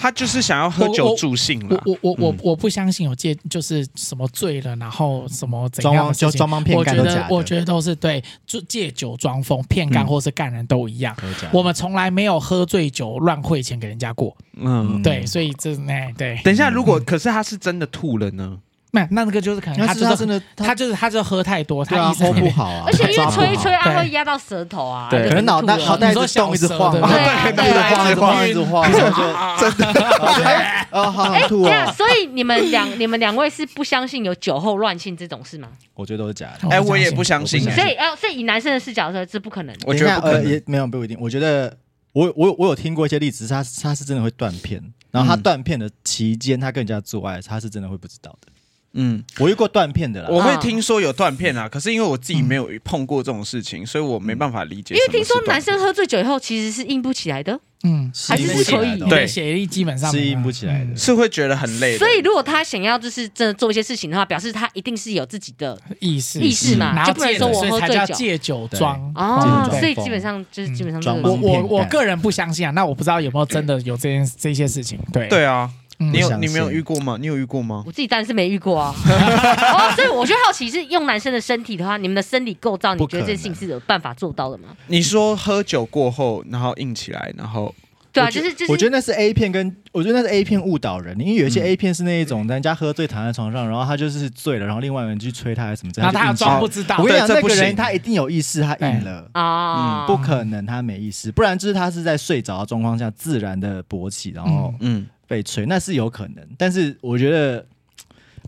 Speaker 1: 他就是想要喝酒助兴
Speaker 4: 我
Speaker 3: 嗯
Speaker 1: 了。
Speaker 4: 我我我我不相信有借就是什么醉了，然后什么怎
Speaker 3: 装
Speaker 4: 样
Speaker 3: 忙
Speaker 4: 的事
Speaker 3: 就
Speaker 4: 情
Speaker 3: 装。忙骗
Speaker 4: 我觉
Speaker 3: 干都
Speaker 4: 得
Speaker 3: 假的，
Speaker 4: 我觉得都是对，就借酒装疯、骗干
Speaker 3: 嗯啊
Speaker 4: 或是干人都一样。
Speaker 3: 都假的
Speaker 4: 我们从来没有喝醉酒乱汇钱给人家过，
Speaker 1: 嗯，
Speaker 3: 嗯
Speaker 4: 对，所以这哎对。
Speaker 1: 等一下，如果可是他是真的吐了呢？
Speaker 4: 没有，那个就是可能
Speaker 3: 那
Speaker 4: 他
Speaker 3: 是
Speaker 4: 就
Speaker 3: 他
Speaker 4: 是
Speaker 3: 真的
Speaker 4: 他就是他就喝太多，
Speaker 3: 对
Speaker 4: 他
Speaker 3: 啊
Speaker 4: 意识
Speaker 3: hold
Speaker 4: 里
Speaker 3: 不
Speaker 4: 面
Speaker 3: 好啊，
Speaker 2: 而且因为
Speaker 3: 抓不
Speaker 2: 吹一
Speaker 3: 好
Speaker 2: 吹啊，
Speaker 4: 对
Speaker 2: 会压到舌头啊，
Speaker 3: 对，可能脑袋
Speaker 2: 吐了
Speaker 3: 脑袋一
Speaker 4: 你说
Speaker 3: 直
Speaker 4: 小
Speaker 3: 动一直
Speaker 4: 蛇
Speaker 3: 晃，
Speaker 4: 对不
Speaker 2: 对
Speaker 3: 一
Speaker 2: 对
Speaker 3: 直晃一直晃
Speaker 1: 对
Speaker 3: 一直晃，然后就真的，哎， [laughs] 哦，好想吐
Speaker 2: 对啊，
Speaker 3: 哦，
Speaker 2: 所以你们两你们两位是不相信有酒后乱性这种事吗？
Speaker 3: 我觉得都是假的。
Speaker 1: 哎，我也不相信
Speaker 3: 哦我不
Speaker 1: 哎，
Speaker 2: 所以呃，所以以男生的视角说这不可能。
Speaker 1: 我觉得不可
Speaker 3: 等一下呃
Speaker 1: 能。
Speaker 3: 也没有不一定。我觉得我我我有听过一些例子，是他他是真的会断片，然后他断片的期间，他跟人家做爱，他是真的会不知道的。
Speaker 1: 嗯，
Speaker 3: 我遇过断片的啦，
Speaker 1: 我会听说有断片啊，可是因为我自己没有碰过这种事情，所以我没办法理解
Speaker 2: 因
Speaker 1: 什么
Speaker 2: 为
Speaker 1: 是断片。
Speaker 2: 听说男生喝醉酒以后其实是硬不起来的，
Speaker 4: 嗯，
Speaker 2: 还是不可以
Speaker 3: 硬不起来的
Speaker 4: 你
Speaker 1: 对
Speaker 4: 的血液基本上
Speaker 1: 啊
Speaker 3: 是
Speaker 4: 没
Speaker 3: 硬
Speaker 4: 办
Speaker 3: 不
Speaker 4: 法
Speaker 3: 起来的。
Speaker 1: 是会觉得很累的，
Speaker 2: 所以如果他想要就是真的做一些事情的话，表示他一定是有自己的
Speaker 4: 嗯意识
Speaker 2: 意识嘛
Speaker 4: 然
Speaker 2: 就
Speaker 4: 后
Speaker 2: 不能
Speaker 4: 戒
Speaker 2: 说
Speaker 4: 酒
Speaker 2: 我
Speaker 4: 所以
Speaker 2: 喝
Speaker 4: 才
Speaker 2: 醉
Speaker 4: 叫
Speaker 2: 酒
Speaker 4: 戒酒
Speaker 3: 对
Speaker 4: 装
Speaker 2: 哦，
Speaker 3: 对
Speaker 2: 所以基本上就是基本上这
Speaker 3: 嗯
Speaker 2: 个
Speaker 4: 我
Speaker 3: 装
Speaker 4: 我
Speaker 3: 片
Speaker 4: 我
Speaker 3: 感
Speaker 4: 个人不相信啊，那我不知道有没有真的有这件这些事情。对
Speaker 1: 对，啊，
Speaker 4: 嗯
Speaker 1: 你
Speaker 3: 我
Speaker 1: 有
Speaker 3: 相
Speaker 1: 你
Speaker 3: 信
Speaker 1: 没有遇过吗？你有遇过吗？
Speaker 2: 我自己当然是没遇
Speaker 3: [laughs]
Speaker 2: 过啊。哦，所以我就好奇是用男生的身体的话，你们的生理构造，你
Speaker 3: 不可
Speaker 2: 觉
Speaker 3: 能
Speaker 2: 得这性是有办法做到的吗？
Speaker 1: 你说喝酒过后，然后硬起来，然后
Speaker 2: 对啊，
Speaker 3: 我觉
Speaker 2: 就是就是，
Speaker 3: 我觉得那是 A 片跟，我觉得那是 A 片误导人，因为有一些
Speaker 1: 嗯
Speaker 3: A 片是那一种人家喝醉躺在床上，然后他就是醉了，然后另外一个人去吹他还是什么这
Speaker 4: 然后
Speaker 3: 样，
Speaker 4: 他要
Speaker 3: 就硬起
Speaker 4: 装不知道
Speaker 3: 嗯来我，跟
Speaker 1: 对
Speaker 3: 你讲，
Speaker 1: 这
Speaker 3: 那
Speaker 1: 不
Speaker 3: 个人
Speaker 1: 行
Speaker 3: 他一定有意识，他硬了。
Speaker 2: 啊，
Speaker 3: 嗯不可能，他没意识，不然就是他是在睡着的状况下自然的勃起，然后
Speaker 1: 嗯，
Speaker 3: 被吹，那是有可能。但是我觉得，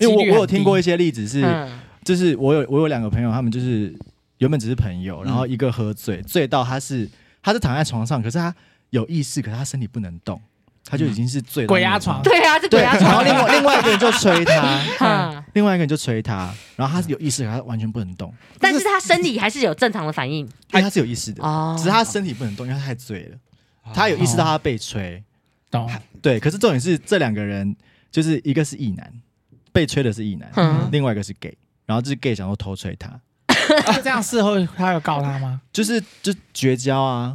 Speaker 3: 因为我
Speaker 4: 几率很
Speaker 3: 我有听过一些例子是，
Speaker 2: 嗯，
Speaker 3: 就是我有我有两个朋友，他们就是原本只是朋友，然后一个喝醉，醉到他是他是躺在床上，可是他有意识，可是他身体不能动，他就已经是醉到
Speaker 4: 鬼
Speaker 3: 那
Speaker 4: 压
Speaker 3: 种
Speaker 4: 床
Speaker 3: 状态。
Speaker 2: 对啊，这
Speaker 3: 对，
Speaker 2: 鬼压
Speaker 3: 然后
Speaker 2: 床
Speaker 3: 另外嗯另外一个人就吹他，
Speaker 2: 哈，
Speaker 3: 另外一个人就吹他，然后他是有意识，可是他完全不能动，
Speaker 2: 但是他生理还是有正常的反应
Speaker 3: 因为他是有意识的，
Speaker 2: 哦，
Speaker 3: 只是他身体不能动，因为他太醉了。他有意识到他被吹，
Speaker 4: 懂？ [laughs]
Speaker 3: 对。可是重点是这两个人，就是一个是异男，被吹的是异男，
Speaker 2: 嗯
Speaker 3: 另外一个是 gay，然后就是 gay 想说偷吹他，
Speaker 4: 那这样事后他有告他吗？
Speaker 3: 就是就绝交啊，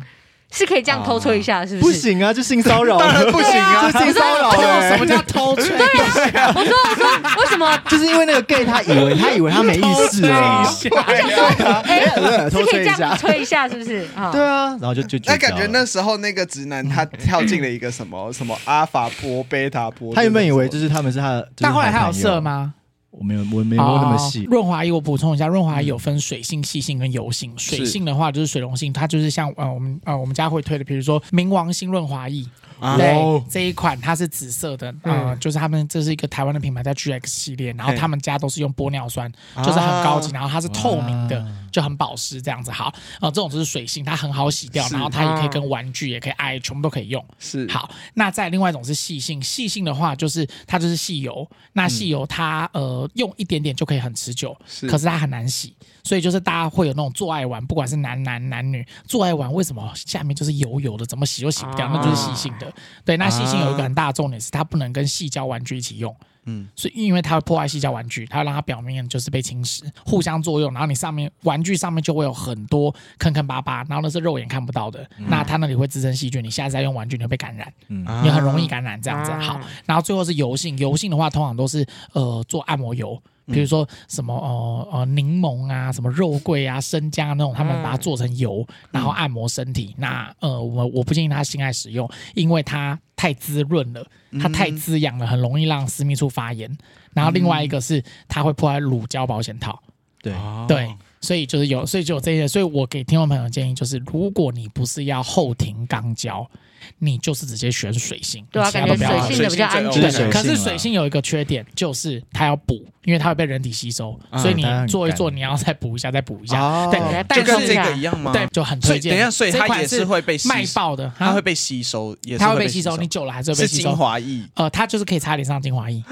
Speaker 2: 是可以这样偷吹一下，是
Speaker 3: 不
Speaker 2: 是？
Speaker 3: 行啊，就性骚扰，
Speaker 1: 当然不行啊
Speaker 3: 就性骚扰
Speaker 4: 什么
Speaker 3: 欸。
Speaker 4: 叫偷吹？
Speaker 2: 我说我说为什
Speaker 3: [laughs]
Speaker 2: 么？
Speaker 3: 就是因为那个 gay 他以为他以为他没意识啊，
Speaker 2: 哎，
Speaker 3: 偷
Speaker 2: 是可
Speaker 3: 吹
Speaker 2: 以这
Speaker 3: 一
Speaker 2: 样
Speaker 3: 下，
Speaker 2: 吹一下，是不是？啊
Speaker 3: 对，啊，然后就就
Speaker 1: 那
Speaker 3: 绝交
Speaker 1: 感觉那
Speaker 3: 了
Speaker 1: 时候那个直男他跳进了一个什么什么阿法波、贝塔波，
Speaker 3: 他原本以为就是是他们是他的，就是
Speaker 4: 但后来他
Speaker 3: 好
Speaker 4: 有
Speaker 3: 朋友啊
Speaker 4: 射？吗？
Speaker 3: 我没有，我没摸那么
Speaker 4: 哦
Speaker 3: 细。
Speaker 4: 润滑液我补充一下，润滑液有分水性、细性跟油性。水性的话就是水溶性，它就是像呃我们呃我们家会推的，比如说冥王星润滑液，
Speaker 1: 啊
Speaker 4: 对
Speaker 3: 哦嗯
Speaker 4: 这一款它是紫色的，呃，就是他们这是一个台湾的品牌叫 GX 系列，然后
Speaker 1: 嘿
Speaker 4: 他们家都是用玻尿酸，就是很高级，然后它是透明的
Speaker 3: 哇，
Speaker 4: 就很保湿这样子。好，呃，这种就是水性，它很好洗掉，然后它
Speaker 3: 啊
Speaker 4: 也可以跟玩具，也可以爱，全部都可以用。
Speaker 1: 是
Speaker 4: 好，那再另外一种是细性，细性的话就是它就是细油，那细油它、呃用一点点就可以很持久，
Speaker 1: 嗯是
Speaker 4: 可是它很难洗，所以就是大家会有那种做爱玩，不管是男男男女做爱玩，为什么下面就是油油的，怎么洗都洗不掉，
Speaker 2: 啊
Speaker 4: 那就是细性的。对，那细性有一个很大的重点是它不能跟细胶玩具一起用。
Speaker 1: 嗯
Speaker 4: 嗯，所以因为它会破坏细胶玩具，它会让它表面就是被侵蚀，互相作用，然后你上面玩具上面就会有很多坑坑巴巴，然后那是肉眼看不到的，那它那里会滋生细菌，你下次再用玩具你会被感染。
Speaker 1: 啊
Speaker 4: 也很容易感染这样子。
Speaker 2: 啊
Speaker 4: 好，然后最后是油性，油性的话通常都是呃做按摩油。比如说什么呃呃柠檬啊，什么肉桂啊、生姜啊那种，他们把它做成油，然后按摩身体。那呃，我我不建议他性爱使用，因为它太滋润了，它太滋养了，很容易让私密处发炎。然后另外一个是它会破坏乳胶保险套，
Speaker 3: 对，
Speaker 4: 对，所以就是有，所以就有这些。所以我给听众朋友建议就是，如果你不是要后庭肛交，你就是直接选水性，
Speaker 2: 对啊，
Speaker 4: 你其
Speaker 2: 感觉
Speaker 4: 他都不
Speaker 2: 水
Speaker 4: 要碰
Speaker 2: 性的比较安
Speaker 1: 水
Speaker 2: 全
Speaker 3: 性最
Speaker 2: 啊
Speaker 3: 欧。
Speaker 4: 哦对，可是
Speaker 3: 水性啊
Speaker 4: 水性有一个缺点，就是它要补，因为它会被人体吸收，
Speaker 1: 嗯
Speaker 4: 所以你
Speaker 3: 它很
Speaker 4: 做一
Speaker 3: 干
Speaker 4: 做，你要再补一下，再补一下，
Speaker 1: 哦
Speaker 4: 对
Speaker 1: 就
Speaker 4: 但
Speaker 1: 跟
Speaker 4: 是
Speaker 1: 这个一样吗？
Speaker 4: 对，，就很推荐。
Speaker 1: 所以等一下所以它
Speaker 4: 这款
Speaker 1: 也是会被吸
Speaker 4: 卖爆的，
Speaker 1: 它
Speaker 4: 啊
Speaker 1: 会被吸收，也是
Speaker 4: 它会
Speaker 1: 被
Speaker 4: 被吸收，你久了还是会被
Speaker 1: 是
Speaker 4: 吸
Speaker 1: 精
Speaker 4: 收。
Speaker 1: 华液。
Speaker 4: 呃，它就是可以擦脸上的精
Speaker 1: [laughs]
Speaker 4: 华液，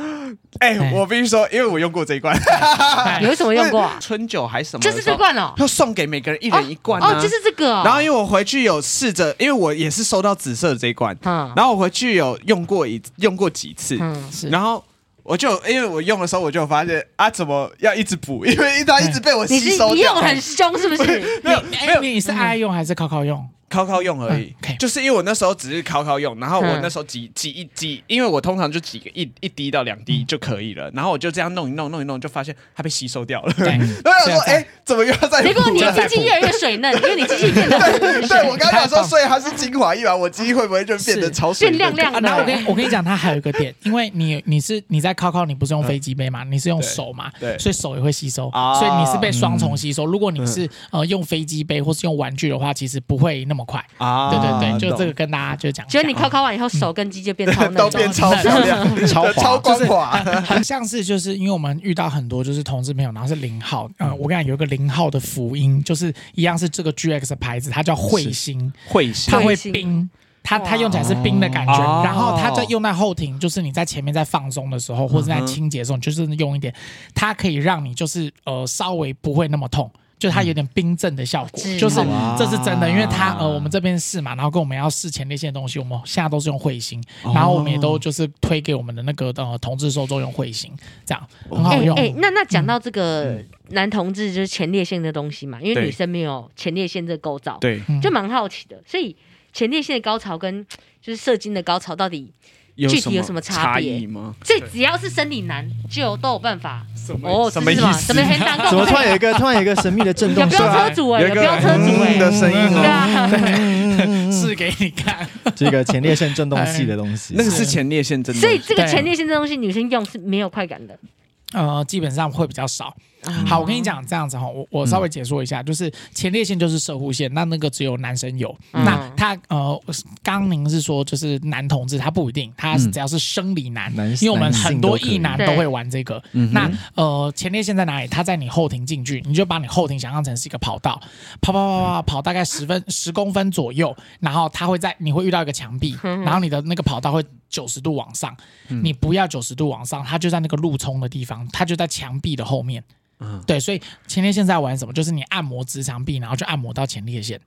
Speaker 1: 哎，
Speaker 4: 哎
Speaker 1: 我必须说，因为我用过这一罐，
Speaker 4: 哎
Speaker 2: 有什么用过啊？
Speaker 1: [laughs] 春酒还是什么的
Speaker 2: 就
Speaker 1: 时候？
Speaker 2: 是这罐哦，
Speaker 1: 要送给每个人一人一罐啊
Speaker 2: 哦，就是这个
Speaker 1: 嗯
Speaker 2: 哦。
Speaker 1: 然后因为我回去有试着，因为我也是收到紫色的这一罐，
Speaker 2: 嗯
Speaker 1: 然后我回去有用过一用过几次，
Speaker 2: 嗯
Speaker 4: 是
Speaker 1: 然后我就因为我用的时候我就发现啊，怎么要一直补？ [laughs] 因为它一直被我
Speaker 2: 你
Speaker 1: 吸
Speaker 2: 是
Speaker 1: 收
Speaker 2: 你用
Speaker 1: 掉。
Speaker 2: 很凶是不是？
Speaker 1: 没有
Speaker 4: 你
Speaker 1: 没有嗯
Speaker 4: 哎你是爱用还是靠靠用？
Speaker 1: 考考用而已
Speaker 4: 嗯，，OK
Speaker 1: 就是因为我那时候只是考考用，然后我
Speaker 2: 嗯
Speaker 1: 那时候挤挤一挤，因为我通常就挤个一一滴到两滴就可以了，然后我就这样弄一弄弄一弄，就发现它被吸收掉了。
Speaker 4: 对
Speaker 1: [laughs] 然后我想说，
Speaker 4: 这样
Speaker 1: 哎，怎么又要再补？
Speaker 2: 结果你
Speaker 4: 就
Speaker 2: 的
Speaker 4: 是在
Speaker 2: 鸡鸡越来越
Speaker 1: [laughs]
Speaker 2: 水嫩，因为你鸡鸡变得很
Speaker 1: 对我刚
Speaker 2: 水，
Speaker 1: 刚想
Speaker 4: 太
Speaker 1: 说，
Speaker 4: 棒
Speaker 1: 所以它是精华一完，我鸡会不会就变得
Speaker 4: 是
Speaker 1: 潮水
Speaker 2: 变亮
Speaker 1: 的？
Speaker 2: 亮
Speaker 4: 啊然后我跟
Speaker 2: 的。
Speaker 4: 你我跟你讲，它还有一个点，因为你你是你在考考，你不是用飞机杯嘛，你是用手嘛，
Speaker 1: 嗯对对
Speaker 4: 所以手也会吸收，
Speaker 1: 啊嗯
Speaker 4: 所以你是被双重吸收。如果你是呃用飞机杯或是用玩具的话，其实不会那么快。
Speaker 1: 啊
Speaker 4: 对对对，就
Speaker 1: 个。
Speaker 4: 这个跟大家就讲一下。
Speaker 2: 结果你考考完以后，手跟鸡就变超嫩，
Speaker 1: 都变超漂亮，
Speaker 3: 超滑
Speaker 1: 超光滑，
Speaker 4: 很像是就是因为我们遇到很多就是同志朋友，然后是零号，呃，我跟你讲有一个零号的福音，就是一样是这个 GX 的牌子，它叫彗星，
Speaker 1: 会心
Speaker 4: 它会
Speaker 2: 彗星
Speaker 4: 冰。它
Speaker 2: 哇
Speaker 4: 它用起来是冰的感觉，
Speaker 1: 哦
Speaker 4: 然后它在用在后庭，就是你在前面在放松的时候，或者在清洁的时候，你就是用一点，它可以让你就是呃稍微不会那么痛，就它有点冰镇的效果，
Speaker 2: 嗯
Speaker 4: 就是
Speaker 2: 止痛
Speaker 4: 这是真的，因为它
Speaker 1: 哇
Speaker 4: 呃我们这边试嘛，然后跟我们要试前列腺的东西，我们现在都是用彗星，然后我们也都就是推给我们的那个呃同志受众用彗星，这样很好
Speaker 2: 哎
Speaker 4: 用。
Speaker 2: 哎，那那讲到这个男同志就是前列腺的东西嘛，因为
Speaker 1: 嗯对
Speaker 2: 女生没有前列腺这个构造，
Speaker 1: 对
Speaker 4: 嗯
Speaker 2: 就蛮好奇的。所以前列腺的高潮跟就是射精的高潮到底，具体有什么差
Speaker 1: 差
Speaker 2: 别
Speaker 1: 异吗？
Speaker 2: 所以只要是生理男就都有办法
Speaker 1: 什
Speaker 2: 哦，
Speaker 1: 什么
Speaker 2: 是
Speaker 1: 意
Speaker 2: 吗？
Speaker 1: 思？
Speaker 2: 什么很难
Speaker 3: 怎么
Speaker 2: 共
Speaker 3: 突然有
Speaker 2: 振
Speaker 3: 一？个突然有一个神秘的震
Speaker 2: 有 [laughs]
Speaker 3: 动啊出
Speaker 2: 飙
Speaker 3: 来？
Speaker 2: 车主哎，
Speaker 1: 有一
Speaker 2: 有
Speaker 1: 个
Speaker 2: 飙车主
Speaker 1: 嗯
Speaker 2: 哎
Speaker 1: 的，声音
Speaker 2: 对
Speaker 1: 哦，
Speaker 2: 啊，
Speaker 4: [laughs] 试给你看，
Speaker 3: 这个前列腺震动器的东西，
Speaker 1: 哎那个是前列腺真的，
Speaker 2: 所以这个前列腺这东西女生用是没有快感的。
Speaker 4: 呃，基本上会比较少。
Speaker 3: 嗯
Speaker 4: 好，我跟你讲这样子哈，我我稍微解说一下，就是前列腺就是射护腺，那那个只有男生有。
Speaker 2: 嗯
Speaker 4: 那他呃，刚您是说就是男同志，他不一定，他
Speaker 3: 嗯
Speaker 4: 只要是生理男，
Speaker 3: 男
Speaker 4: 因为我们
Speaker 3: 男性
Speaker 4: 很多
Speaker 3: 都可以
Speaker 4: 异男
Speaker 2: 对
Speaker 4: 啊都会玩这个。那呃，前列腺在哪里？它在你后庭进去，你就把你后庭想象成是一个跑道，跑跑跑跑跑，大概十分十公分左右，然后它会在你会遇到一个墙壁，然后你的那个跑道会九十度往上，你不要九十度往上，它就在那个路冲的地方，它就在墙壁的后面。对，所以前列腺在玩什么？就是你按摩直肠壁，然后就按摩到前列腺。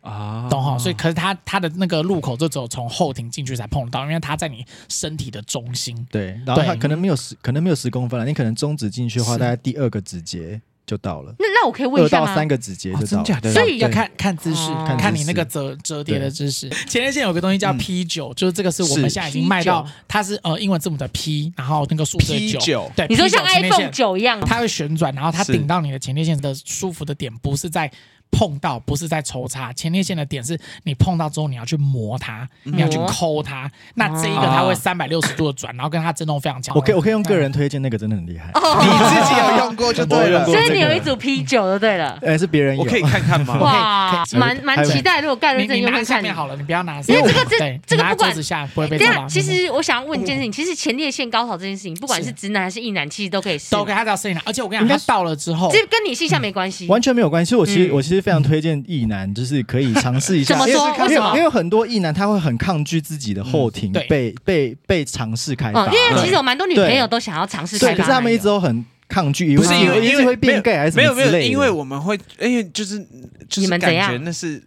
Speaker 1: 啊，
Speaker 4: 懂哈，所以可是它它的那个入口就只有从后庭进去才碰得到，因为它在你身体的中心。
Speaker 3: 对，然后它
Speaker 4: 对
Speaker 3: 可能没有十，可能没有十公分了，你可能中指进去的话，
Speaker 4: 是
Speaker 3: 大概第二个指节就到了，
Speaker 2: 那那我可以问一
Speaker 3: 二
Speaker 2: 下
Speaker 3: 到
Speaker 2: 吗
Speaker 3: 三？个指节就到
Speaker 1: 哦真假
Speaker 3: 了。
Speaker 1: 的
Speaker 3: 对
Speaker 4: 所以
Speaker 3: 对
Speaker 4: 要看看姿势
Speaker 2: 哦，
Speaker 4: 看你
Speaker 3: 看姿势
Speaker 4: 那个折折叠的姿势。前列腺有个东西叫 P 九，就是这个是我们
Speaker 3: 是
Speaker 4: 现在已经卖到
Speaker 2: P9，
Speaker 4: 它是呃英文字母的 P，然后那个数字
Speaker 1: P9
Speaker 4: 九，对，
Speaker 2: 你说像
Speaker 4: P9 前列
Speaker 2: iPhone
Speaker 4: 腺
Speaker 2: 九一样，
Speaker 4: 它会旋转，然后它
Speaker 1: 是
Speaker 4: 顶到你的前列腺的舒服的点，不是在碰到，不是在抽插，前列腺的点是你碰到之后你要去磨它，你要去抠它。那
Speaker 2: 哦
Speaker 4: 这一个它会三百六十度的转，然后跟它震动非常强。
Speaker 3: 我可以我可以用个人推荐，那个真的很厉
Speaker 2: 哦
Speaker 3: 害。
Speaker 1: 你自己有用过就对了
Speaker 3: 我有用，过
Speaker 2: 所以你有一组 P 九就对了。
Speaker 3: 哎，是别人有
Speaker 1: 我可以看看
Speaker 2: [laughs]
Speaker 1: 吗？
Speaker 2: 哇，
Speaker 3: 可以
Speaker 2: 蛮蛮期待，如果盖瑞
Speaker 4: 你
Speaker 2: 正
Speaker 4: 你
Speaker 2: 又
Speaker 4: 拿
Speaker 2: 会
Speaker 4: 下
Speaker 2: 看。
Speaker 4: 面
Speaker 2: 对
Speaker 4: 好了，你不要拿，
Speaker 2: 因为这个这
Speaker 4: 对
Speaker 2: 这个
Speaker 4: 你拿
Speaker 2: 不管
Speaker 4: 桌子下不会被
Speaker 2: 呀
Speaker 4: 抓到。
Speaker 2: 其实我想要问一件事情，其实前列腺高潮这件事情，不管是直男还是异男，其实都可以试。
Speaker 4: 都给他到摄影拿，而且我跟你讲，他到了之后，
Speaker 2: 这跟你性向没关系。
Speaker 3: 完全没有关系。我其实、
Speaker 2: 嗯
Speaker 3: 我其实非常推荐异男，就是可以尝试一下。
Speaker 2: 怎么说
Speaker 3: 因
Speaker 2: 为
Speaker 3: 因
Speaker 2: 什么
Speaker 3: 因为很多异男他会很抗拒自己的后庭
Speaker 4: 嗯对
Speaker 3: 被、被被尝试开发，
Speaker 2: 哦，因为其实有蛮多女朋友
Speaker 3: 对
Speaker 2: 都想要尝试
Speaker 3: 对，
Speaker 2: 开
Speaker 3: 可
Speaker 2: 发
Speaker 3: 是他
Speaker 2: 男
Speaker 3: 们一
Speaker 2: 友
Speaker 3: 直。都很抗拒，以
Speaker 1: 不
Speaker 3: 为
Speaker 1: 是
Speaker 3: 自己
Speaker 1: 因为
Speaker 3: 一
Speaker 1: 因
Speaker 3: 直
Speaker 1: 为
Speaker 3: 会变 gay 还是什
Speaker 1: 没有
Speaker 3: 么
Speaker 1: 没
Speaker 3: 之
Speaker 1: 有，
Speaker 3: 类的。
Speaker 1: 因为我们会，因为就是就
Speaker 2: 你
Speaker 1: 是
Speaker 2: 们
Speaker 1: 感
Speaker 2: 怎样
Speaker 1: 觉那是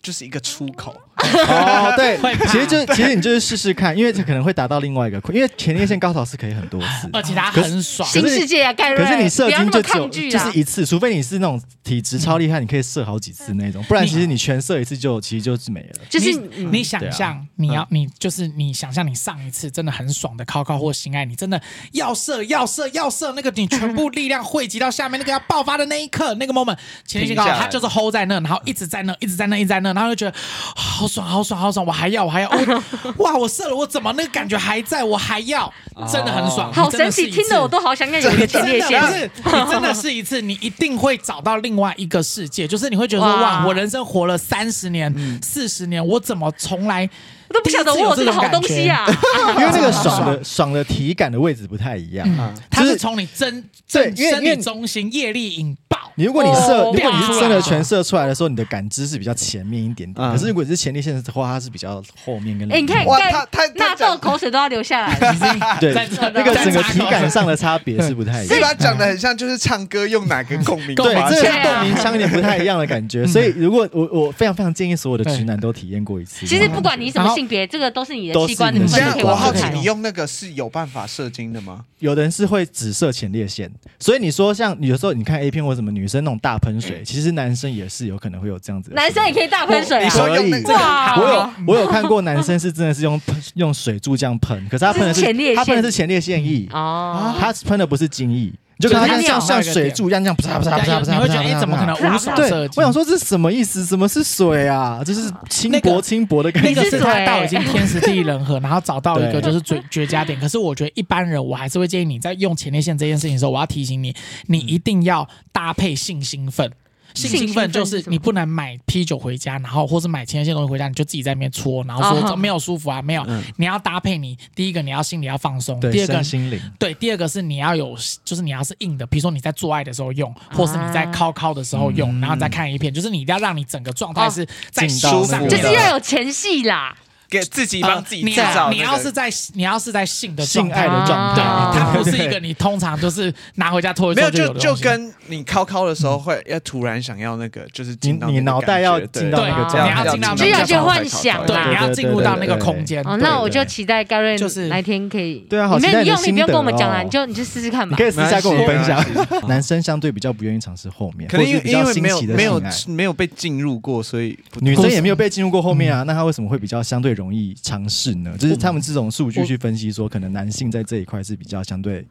Speaker 1: 就是一个出口，
Speaker 3: 哦，对
Speaker 4: 会，怕
Speaker 3: 其实就其实你就是试试看，因为这可能会达到另外一个困，因为前列腺高潮是可以很多次，
Speaker 4: 而且他
Speaker 3: 可是
Speaker 4: 很爽。
Speaker 2: 新世界啊，盖瑞，
Speaker 3: 可是你射
Speaker 2: 不要那么
Speaker 3: 精就只有
Speaker 2: 抗拒
Speaker 3: 就
Speaker 2: 啊
Speaker 3: 是。一次，除非你是那种体质超厉害，你可以射好几次那种，不然其实你全射一次就其实就是没了。
Speaker 2: 就是
Speaker 4: 你
Speaker 2: 嗯
Speaker 4: 你想象你要你就是你想象你上一次真的很爽的靠靠或性爱，你真的要射要射要射，那个你全部力量汇集到下面那个要爆发的那一刻，那个 moment 前列腺高
Speaker 1: 停下
Speaker 4: 潮
Speaker 1: 来
Speaker 4: 它就是 hold 在那，然后一直在那，一直在那，一直在那，然后就觉得好爽好爽好爽，我还要我还要，我哇我射了我怎么那个感觉还在，我还要，真的很爽，
Speaker 2: 好
Speaker 4: 你真
Speaker 2: 神
Speaker 4: 的
Speaker 2: 奇，
Speaker 4: 是一次
Speaker 2: 听得我都好想要有一个前列腺
Speaker 4: 真。的不是，你真的是一次，你一定会找到另外一个世界，就是你会觉得说，
Speaker 2: 哇
Speaker 4: 哇，我人生活了三十年、
Speaker 3: 嗯
Speaker 4: 四十年，我怎么从来
Speaker 2: 我都不晓得我有这个好东西啊！
Speaker 3: 因为那个爽的爽的体感的位置不太一样。啊
Speaker 1: 嗯
Speaker 4: 它
Speaker 3: 就是
Speaker 4: 是从你真
Speaker 3: 对
Speaker 4: 正
Speaker 3: 因为
Speaker 4: 生
Speaker 3: 因
Speaker 4: 理
Speaker 3: 为
Speaker 4: 中心业力引爆。
Speaker 3: 你如果你射，
Speaker 2: 哦
Speaker 3: 如果你
Speaker 4: 对
Speaker 3: 是
Speaker 4: 啊
Speaker 3: 真的全射出来的时候，你的感知是比较前面一点点。
Speaker 1: 嗯
Speaker 3: 可是如果你是前列腺的话，它是比较后面跟里面。
Speaker 2: [laughs] 哎，你看，
Speaker 1: 哇
Speaker 2: 盖
Speaker 1: 他他他
Speaker 2: 纳豆
Speaker 1: 讲
Speaker 2: 口水都要流下
Speaker 3: [laughs]
Speaker 2: 来了。
Speaker 4: 你是
Speaker 3: 对
Speaker 4: 在这
Speaker 3: 那个
Speaker 4: 在
Speaker 3: 整个
Speaker 4: 插
Speaker 3: 体
Speaker 4: 口
Speaker 3: 感上的差别是不
Speaker 1: [laughs]
Speaker 3: 太一
Speaker 1: 所以
Speaker 3: 样。
Speaker 1: 他讲的很像就是唱歌用哪个共鸣
Speaker 4: 对
Speaker 3: 哎
Speaker 1: 发
Speaker 3: 对，这
Speaker 1: 出
Speaker 3: 个
Speaker 1: 来
Speaker 3: 是
Speaker 4: 啊
Speaker 3: 共鸣腔有点不太一样的
Speaker 4: [laughs]
Speaker 3: 感
Speaker 4: 嗯
Speaker 3: 觉。所以如果我我非常非常建议所有的直男都体验过一次。
Speaker 2: 其实不管你什么性别，这个都是你的器官的部
Speaker 3: 都是
Speaker 1: 这样
Speaker 2: 分，
Speaker 3: 你的
Speaker 2: 可以
Speaker 1: 我
Speaker 2: 往
Speaker 1: 好
Speaker 2: 后
Speaker 1: 奇
Speaker 2: 看。
Speaker 1: 你用那个是有办法射精的吗？
Speaker 3: 有的人是会只射前列腺，所以你说像有时候你看 A 片或什么女女生那种大喷水，其实男生也是有可能会有这样子的行为。
Speaker 5: 男生也可以大喷水
Speaker 1: 你
Speaker 5: 啊！
Speaker 1: 说用那
Speaker 3: 所以
Speaker 1: 这个
Speaker 5: 哇，
Speaker 3: 我有我有看过男生是真的是用喷用水柱这样喷，可是他喷的是
Speaker 2: 这是前列腺
Speaker 3: 他喷的是前列腺液，
Speaker 2: 哦，
Speaker 3: 他喷的不是精液，你就看他像像像水柱一样这样啪嚓啪嚓啪嚓啪嚓啪嚓啪
Speaker 4: 你
Speaker 3: 嚓，
Speaker 4: 会觉得哎，怎么可能无所
Speaker 3: 对
Speaker 4: 涉，及？
Speaker 3: 我想说这是什么意思？什么是水啊？就是轻
Speaker 4: 那
Speaker 3: 薄
Speaker 4: 个
Speaker 3: 轻薄的
Speaker 4: [laughs]
Speaker 3: 感
Speaker 4: 那
Speaker 3: 觉。
Speaker 4: 个是他到已经天时地利人
Speaker 3: [laughs]
Speaker 4: 和，然后找到一个
Speaker 3: 对
Speaker 4: 就是最绝佳点。可是我觉得一般人，我还是会建议你在用前列腺这件事情的时候，我要提醒你，你
Speaker 3: 嗯
Speaker 4: 一定要搭配性兴奋。性兴奋就
Speaker 2: 性兴奋是
Speaker 4: 是
Speaker 2: 什么
Speaker 4: 你不能买啤酒回家，然后或是买前列腺东西回家，你就自己在那边搓，然后说
Speaker 2: 哦
Speaker 4: 这没有舒服啊，没有
Speaker 1: 嗯。
Speaker 4: 你要搭配你第一个你要心里要放松，
Speaker 3: 对
Speaker 4: 第二个
Speaker 3: 身心灵，
Speaker 4: 对，第二个是你要有，就是你要是硬的，比如说你在做爱的时候用，或是你
Speaker 3: 啊
Speaker 4: 在敲敲的时候用，然后再看一片，就是你一定要让你整个状态是在
Speaker 3: 嗯哦进到
Speaker 4: 舒
Speaker 3: 那
Speaker 4: 上
Speaker 3: 个
Speaker 2: 就是要
Speaker 4: 有。
Speaker 2: 有前戏啦，
Speaker 1: 给自己帮自己
Speaker 4: 你
Speaker 1: 制造那个
Speaker 4: 要啊你要是在你要是在性的状
Speaker 3: 性爱
Speaker 4: 态，
Speaker 3: 的哦状态，
Speaker 2: 啊
Speaker 4: 它
Speaker 3: 对
Speaker 4: 不
Speaker 3: 对
Speaker 4: 是一个你通常就是拿回家拖一
Speaker 1: 没
Speaker 4: 拖
Speaker 1: 有
Speaker 4: 就有
Speaker 1: 就
Speaker 4: 的
Speaker 1: 就
Speaker 4: 东西
Speaker 1: 跟你敲敲的时候会要突然想要那个，就是
Speaker 3: 你
Speaker 1: 进到
Speaker 3: 你
Speaker 1: 那个
Speaker 3: 脑
Speaker 1: 感
Speaker 3: 袋
Speaker 1: 觉
Speaker 3: 要
Speaker 1: 对
Speaker 3: 进到
Speaker 4: 对
Speaker 3: 那个
Speaker 4: 你要
Speaker 3: 状
Speaker 4: 进到
Speaker 3: 态
Speaker 1: 就
Speaker 2: 只
Speaker 1: 要
Speaker 2: 有去
Speaker 1: 敲敲敲
Speaker 2: 幻想
Speaker 1: 敲
Speaker 4: 对，啊
Speaker 2: 啦
Speaker 4: 你要进入到那个
Speaker 3: 对对对对
Speaker 4: 空间。
Speaker 2: 哦，
Speaker 4: 对
Speaker 2: 那我就
Speaker 3: 对
Speaker 2: 期待盖瑞
Speaker 4: 就是
Speaker 2: 哪一天可以，
Speaker 3: 对啊好
Speaker 2: 你
Speaker 3: 期待
Speaker 2: 没
Speaker 3: 你的
Speaker 2: 用力不
Speaker 3: 心
Speaker 2: 用
Speaker 3: 得
Speaker 2: 跟我们讲啦，
Speaker 3: 哦
Speaker 2: 你就你就私试看
Speaker 3: 你
Speaker 2: 吧
Speaker 3: 可。以私下跟我们分享
Speaker 1: 没关系。
Speaker 3: 男生相对比较不愿意尝试后面，
Speaker 1: 可能因
Speaker 3: 或
Speaker 1: 为
Speaker 3: 是比
Speaker 1: 因
Speaker 3: 较
Speaker 1: 为
Speaker 3: 新
Speaker 1: 没有
Speaker 3: 奇的
Speaker 1: 没有
Speaker 3: 性爱。
Speaker 1: 没有被进入过，所以不
Speaker 3: 女生也没有被进入过后面啊，
Speaker 4: 嗯
Speaker 3: 那她为什么会比较相对容易尝试呢？就是他们这种数据去分析说，可能男性在这一块是比较相对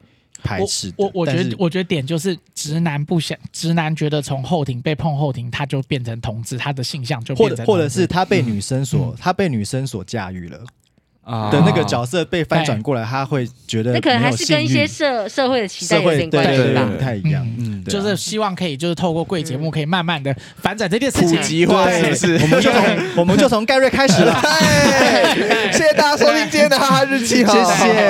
Speaker 3: 排斥的。
Speaker 4: 我我觉
Speaker 3: 但
Speaker 4: 得
Speaker 3: 是
Speaker 4: 我觉得点就是直男不想，直男觉得从后庭被碰后庭，他就变成同志，他的性向就
Speaker 3: 或
Speaker 4: 变
Speaker 3: 者
Speaker 4: 成
Speaker 3: 或者
Speaker 4: 同嗯志
Speaker 3: 是他被女生所、他被女生所驾驭了
Speaker 1: 啊
Speaker 3: 的那个角色被翻转过来，他会觉得
Speaker 2: 那可能
Speaker 3: 没有
Speaker 2: 还是跟一
Speaker 3: 性
Speaker 2: 些
Speaker 3: 欲
Speaker 2: 社社会的期待
Speaker 3: 社
Speaker 2: 有
Speaker 3: 会
Speaker 2: 点
Speaker 3: 对对
Speaker 2: 关
Speaker 3: 对
Speaker 2: 系吧
Speaker 1: 对。
Speaker 3: 不太一样。
Speaker 4: 嗯
Speaker 3: 嗯，对啊
Speaker 4: 就是希望可以就是透过贵节目可以慢慢的反转这件事
Speaker 1: 普
Speaker 4: 情。
Speaker 1: 及化，
Speaker 3: 对
Speaker 1: 是不是？
Speaker 3: 我们就从我们就从盖瑞开始了，
Speaker 1: 哎， [laughs] 谢谢大家收听今天的哈哈日记
Speaker 3: 谢
Speaker 1: 哈，
Speaker 4: 啊
Speaker 3: 谢。
Speaker 4: [laughs]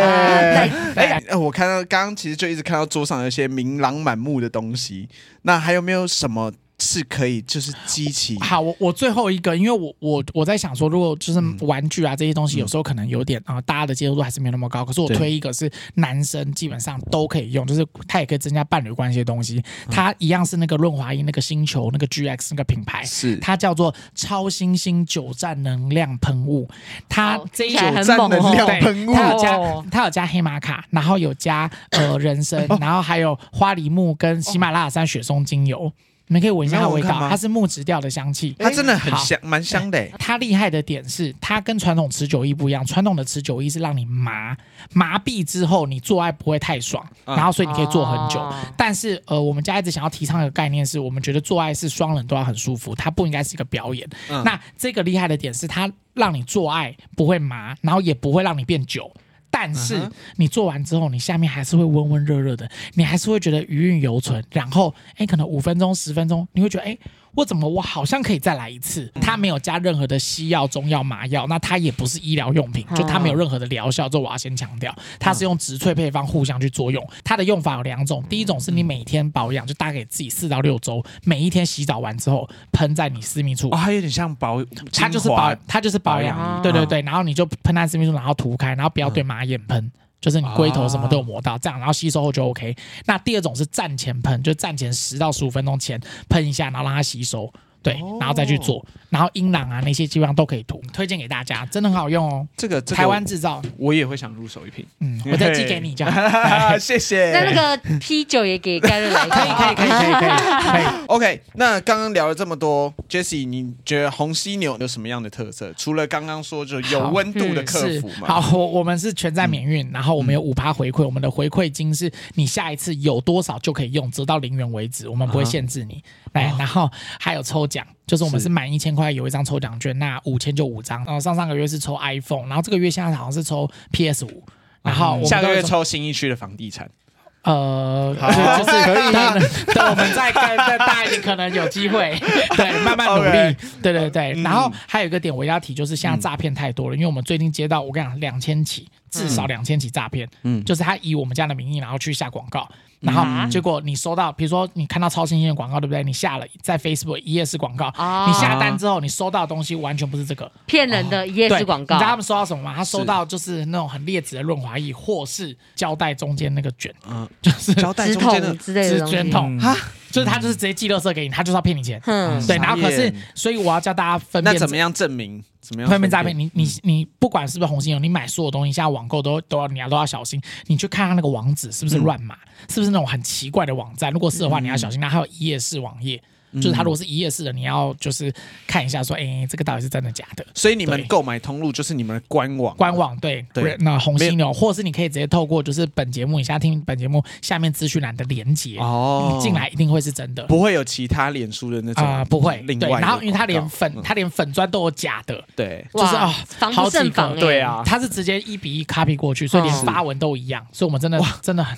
Speaker 1: 哎、呃我看到刚刚其实就一直看到桌上有一些琳琅满目的东西，那还有没有什么是可以就是激起？
Speaker 4: 好，我我最后一个，因为我我我在想说，如果就是玩具啊这些东西，有时候可能有点啊、呃大家的接受度还是没有那么高。可是我
Speaker 3: 对
Speaker 4: 推一个是男生基本上都可以用，就是它也可以增加伴侣关系的东西。它一样是那个润滑液、那个星球、那个 GX 那个品牌，
Speaker 1: 是
Speaker 4: 它叫做超新星久战能量喷雾。它
Speaker 2: 哦
Speaker 4: 这一
Speaker 2: 听起来
Speaker 4: 种
Speaker 2: 很
Speaker 1: 战
Speaker 2: 猛
Speaker 1: 能
Speaker 3: [laughs]
Speaker 1: 量
Speaker 2: 哦，
Speaker 4: 对
Speaker 1: 喷雾
Speaker 4: 它有加
Speaker 2: 哦
Speaker 4: 它有加黑玛卡，然后有加呃人
Speaker 1: [laughs]
Speaker 4: 参，然后还有花梨木跟喜马拉雅山雪松精油。你们可以闻一下它的味
Speaker 1: 你哦让我
Speaker 4: 道
Speaker 1: 看，吗
Speaker 4: 它是木质调的香气。
Speaker 1: 它真的很
Speaker 4: 好哎
Speaker 1: 香，蛮香的、欸。
Speaker 4: 它厉害的点是，它跟传统持久衣不一样。传统的持久衣是让你麻麻痹之后，你做爱不会太爽，
Speaker 1: 嗯
Speaker 4: 然后所以你可以做很久。
Speaker 2: 哦
Speaker 4: 但是呃，我们家一直想要提倡的概念是，我们觉得做爱是双人都要很舒服，它不应该是一个表演。
Speaker 1: 嗯
Speaker 4: 那这个厉害的点是，它让你做爱不会麻，然后也不会让你变久。但是
Speaker 1: 嗯哼
Speaker 4: 你做完之后，你下面还是会温温热热的，你还是会觉得余韵犹存。然后，哎，可能五分钟、十分钟，你会觉得，哎，我怎么我好像可以再来一次？
Speaker 1: 嗯
Speaker 4: 它没有加任何的西药、中药、麻药，那它也不是医疗用品，
Speaker 1: 嗯
Speaker 4: 就它没有任何的疗效。这我要先强调，它是用植萃配方互相去作用。它的用法有两种，第一种是你每天保养，就大概给自己四到六周，每一天洗澡完之后喷在你私密处
Speaker 1: 哦，，它有点像保，
Speaker 4: 它就是
Speaker 1: 精华
Speaker 4: 保，它就是保
Speaker 2: 保
Speaker 4: 养
Speaker 2: 养
Speaker 4: 液，对对对。然后你就喷它私密处，然后涂开，然后不要对马眼
Speaker 1: 嗯
Speaker 4: 喷，就是你龟头什么都有磨到，
Speaker 1: 啊
Speaker 4: 这样，然后吸收后就 OK。那第二种是站前喷，就站前十到十五分钟前喷一下，然后让它吸收，对，
Speaker 1: 哦
Speaker 4: 然后再去做。然后阴囊啊那些基本上都可以涂，推荐给大家，真的很好用哦。
Speaker 1: 这个、这个、
Speaker 4: 台湾制造，
Speaker 1: 我也会想入手一瓶，
Speaker 4: 嗯，我再寄给你，
Speaker 1: [laughs]
Speaker 4: 这样
Speaker 1: 谢谢。
Speaker 2: 那那个啤酒也给盖瑞来一
Speaker 4: [laughs] 可以
Speaker 2: 个，
Speaker 4: 可以可以可以可以可以。
Speaker 1: OK，那刚刚聊了这么多，Jesse，你觉得红犀牛有什么样的特色？除了刚刚说就有温度的客服
Speaker 4: 嗯是
Speaker 1: 嘛？嗯
Speaker 4: 好，我我们是全站免运，然后我们有五趴回馈，我们的回馈金是你下一次有多少就可以用，直到零元为止，我们不会限制你。
Speaker 1: 啊
Speaker 4: 来，然后还有抽奖，就是我们是满一千块有一张抽奖券，那五千就五张。然后上上个月是抽 iPhone，然后这个月现在好像是抽 PS 五。然后我们
Speaker 1: 下个
Speaker 4: 都
Speaker 1: 月
Speaker 4: 有
Speaker 1: 抽新一区的房地产，
Speaker 4: 呃，
Speaker 3: 好
Speaker 4: 就是
Speaker 3: 可以
Speaker 4: 当然 [laughs] 等我们再再再大一点，可能有机会，对，慢慢努力
Speaker 1: OK
Speaker 4: 对对对。
Speaker 1: 嗯
Speaker 4: 然后还有一个点我一定要提，就是现在诈骗太多了，因为我们最近接到我跟你讲两千起，至少两千起诈骗，
Speaker 1: 嗯
Speaker 4: 就是他以我们家的名义，然后去下广告，然后结果你收到，比如说你看到超新鲜的广告，对不对？你下了在 Facebook 一页式广告，
Speaker 2: 哦
Speaker 4: 你下单之后，你收到的东西完全不是这个，
Speaker 2: 骗人的一页
Speaker 4: 对，
Speaker 2: 式广告
Speaker 4: 哦你知道他们收到什么吗？他收到就是那种很劣质的润滑液，或是胶带中间那个卷，
Speaker 1: 嗯
Speaker 4: 就是
Speaker 1: 交代
Speaker 2: 直
Speaker 1: 中间的
Speaker 2: 筒之类的
Speaker 4: 纸
Speaker 2: 东西
Speaker 5: 嗯
Speaker 4: 卷。筒嗯
Speaker 3: 啊，
Speaker 4: 就是他就是直接寄垃圾给你，他就是要骗你钱。
Speaker 2: 哼，
Speaker 4: 对，然后可
Speaker 5: 傻
Speaker 4: 是
Speaker 5: 眼，
Speaker 4: 所以我要教大家分
Speaker 5: 嗯那
Speaker 4: 辨
Speaker 5: 怎么样证明？怎么样
Speaker 4: 分辨诈骗？？你你你不管是不是红心油，你买所有东西，现在网购都都要你要都要小心。你去看他那个网址是不是乱码，
Speaker 5: 嗯
Speaker 4: 是不是那种很奇怪的网站？如果是的话，你要小心。那还有一页式网页，就是他如果是一页式的，你要就是看一下说，哎，这个到底是真的假的？
Speaker 5: 所以你们
Speaker 4: 对
Speaker 5: 购买通路就是你们的官网，
Speaker 4: 官网对
Speaker 5: 对
Speaker 4: 那红心牛，或者是你可以直接透过就是本节目，你现在听本节目下面资讯栏的连接，
Speaker 5: 哦
Speaker 4: 你进来一定会是真的。
Speaker 5: 不会有其他脸书的那种
Speaker 4: 啊、不会，
Speaker 5: 另
Speaker 4: 对，
Speaker 5: 外的
Speaker 4: 然后因为他连
Speaker 5: 广告
Speaker 4: 粉，
Speaker 5: 嗯
Speaker 4: 他连粉砖都有假的，
Speaker 5: 对
Speaker 4: 就是啊，
Speaker 2: 防不
Speaker 4: 好几
Speaker 2: 胜防
Speaker 4: 个
Speaker 2: 哎，
Speaker 5: 对啊
Speaker 4: 他是直接一比一 copy 过去，所以连
Speaker 2: 嗯
Speaker 4: 发文都一样，所以我们真的真的很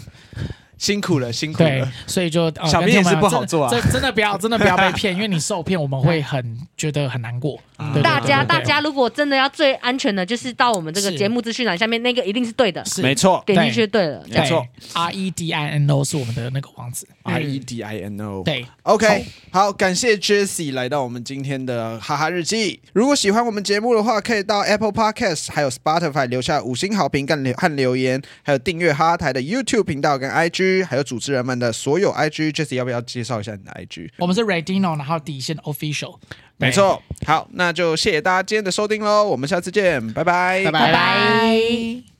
Speaker 5: 辛苦了，辛苦 [laughs]
Speaker 4: 对
Speaker 5: 了，，
Speaker 4: 所以就、呃、
Speaker 5: 小编也是不好做啊
Speaker 4: 这真的不要真的不要
Speaker 5: [laughs]
Speaker 4: 被骗，因为你受骗我们会很觉得很难过。
Speaker 5: 啊
Speaker 4: 对对对
Speaker 2: 大家
Speaker 4: 对对
Speaker 2: 大家如果真的要最安全的，就是到我们这个
Speaker 4: 是
Speaker 2: 节目资讯栏下面那个一定是对的，
Speaker 4: 是
Speaker 5: 没错
Speaker 2: 点进去就对了。
Speaker 5: 没错
Speaker 4: ，R E D I N O 是我们的那个网址，
Speaker 5: ，R E D I N O。
Speaker 4: 嗯对，
Speaker 5: OK，好，感谢 Jesse i 来到我们今天的哈哈日记。如果喜欢我们节目的话，可以到 Apple Podcast 还有 Spotify 留下五星好评跟留和留言，还有订阅哈哈台的 YouTube 频道跟 IG，还有主持人们的所有 IG。Jesse i 要不要介绍一下你的 IG？
Speaker 4: 我们是 Radino，然后底线 Official，
Speaker 5: 没，错，好，那就谢谢大家今天的收听喽，我们下次见，拜拜，
Speaker 4: 对拜拜。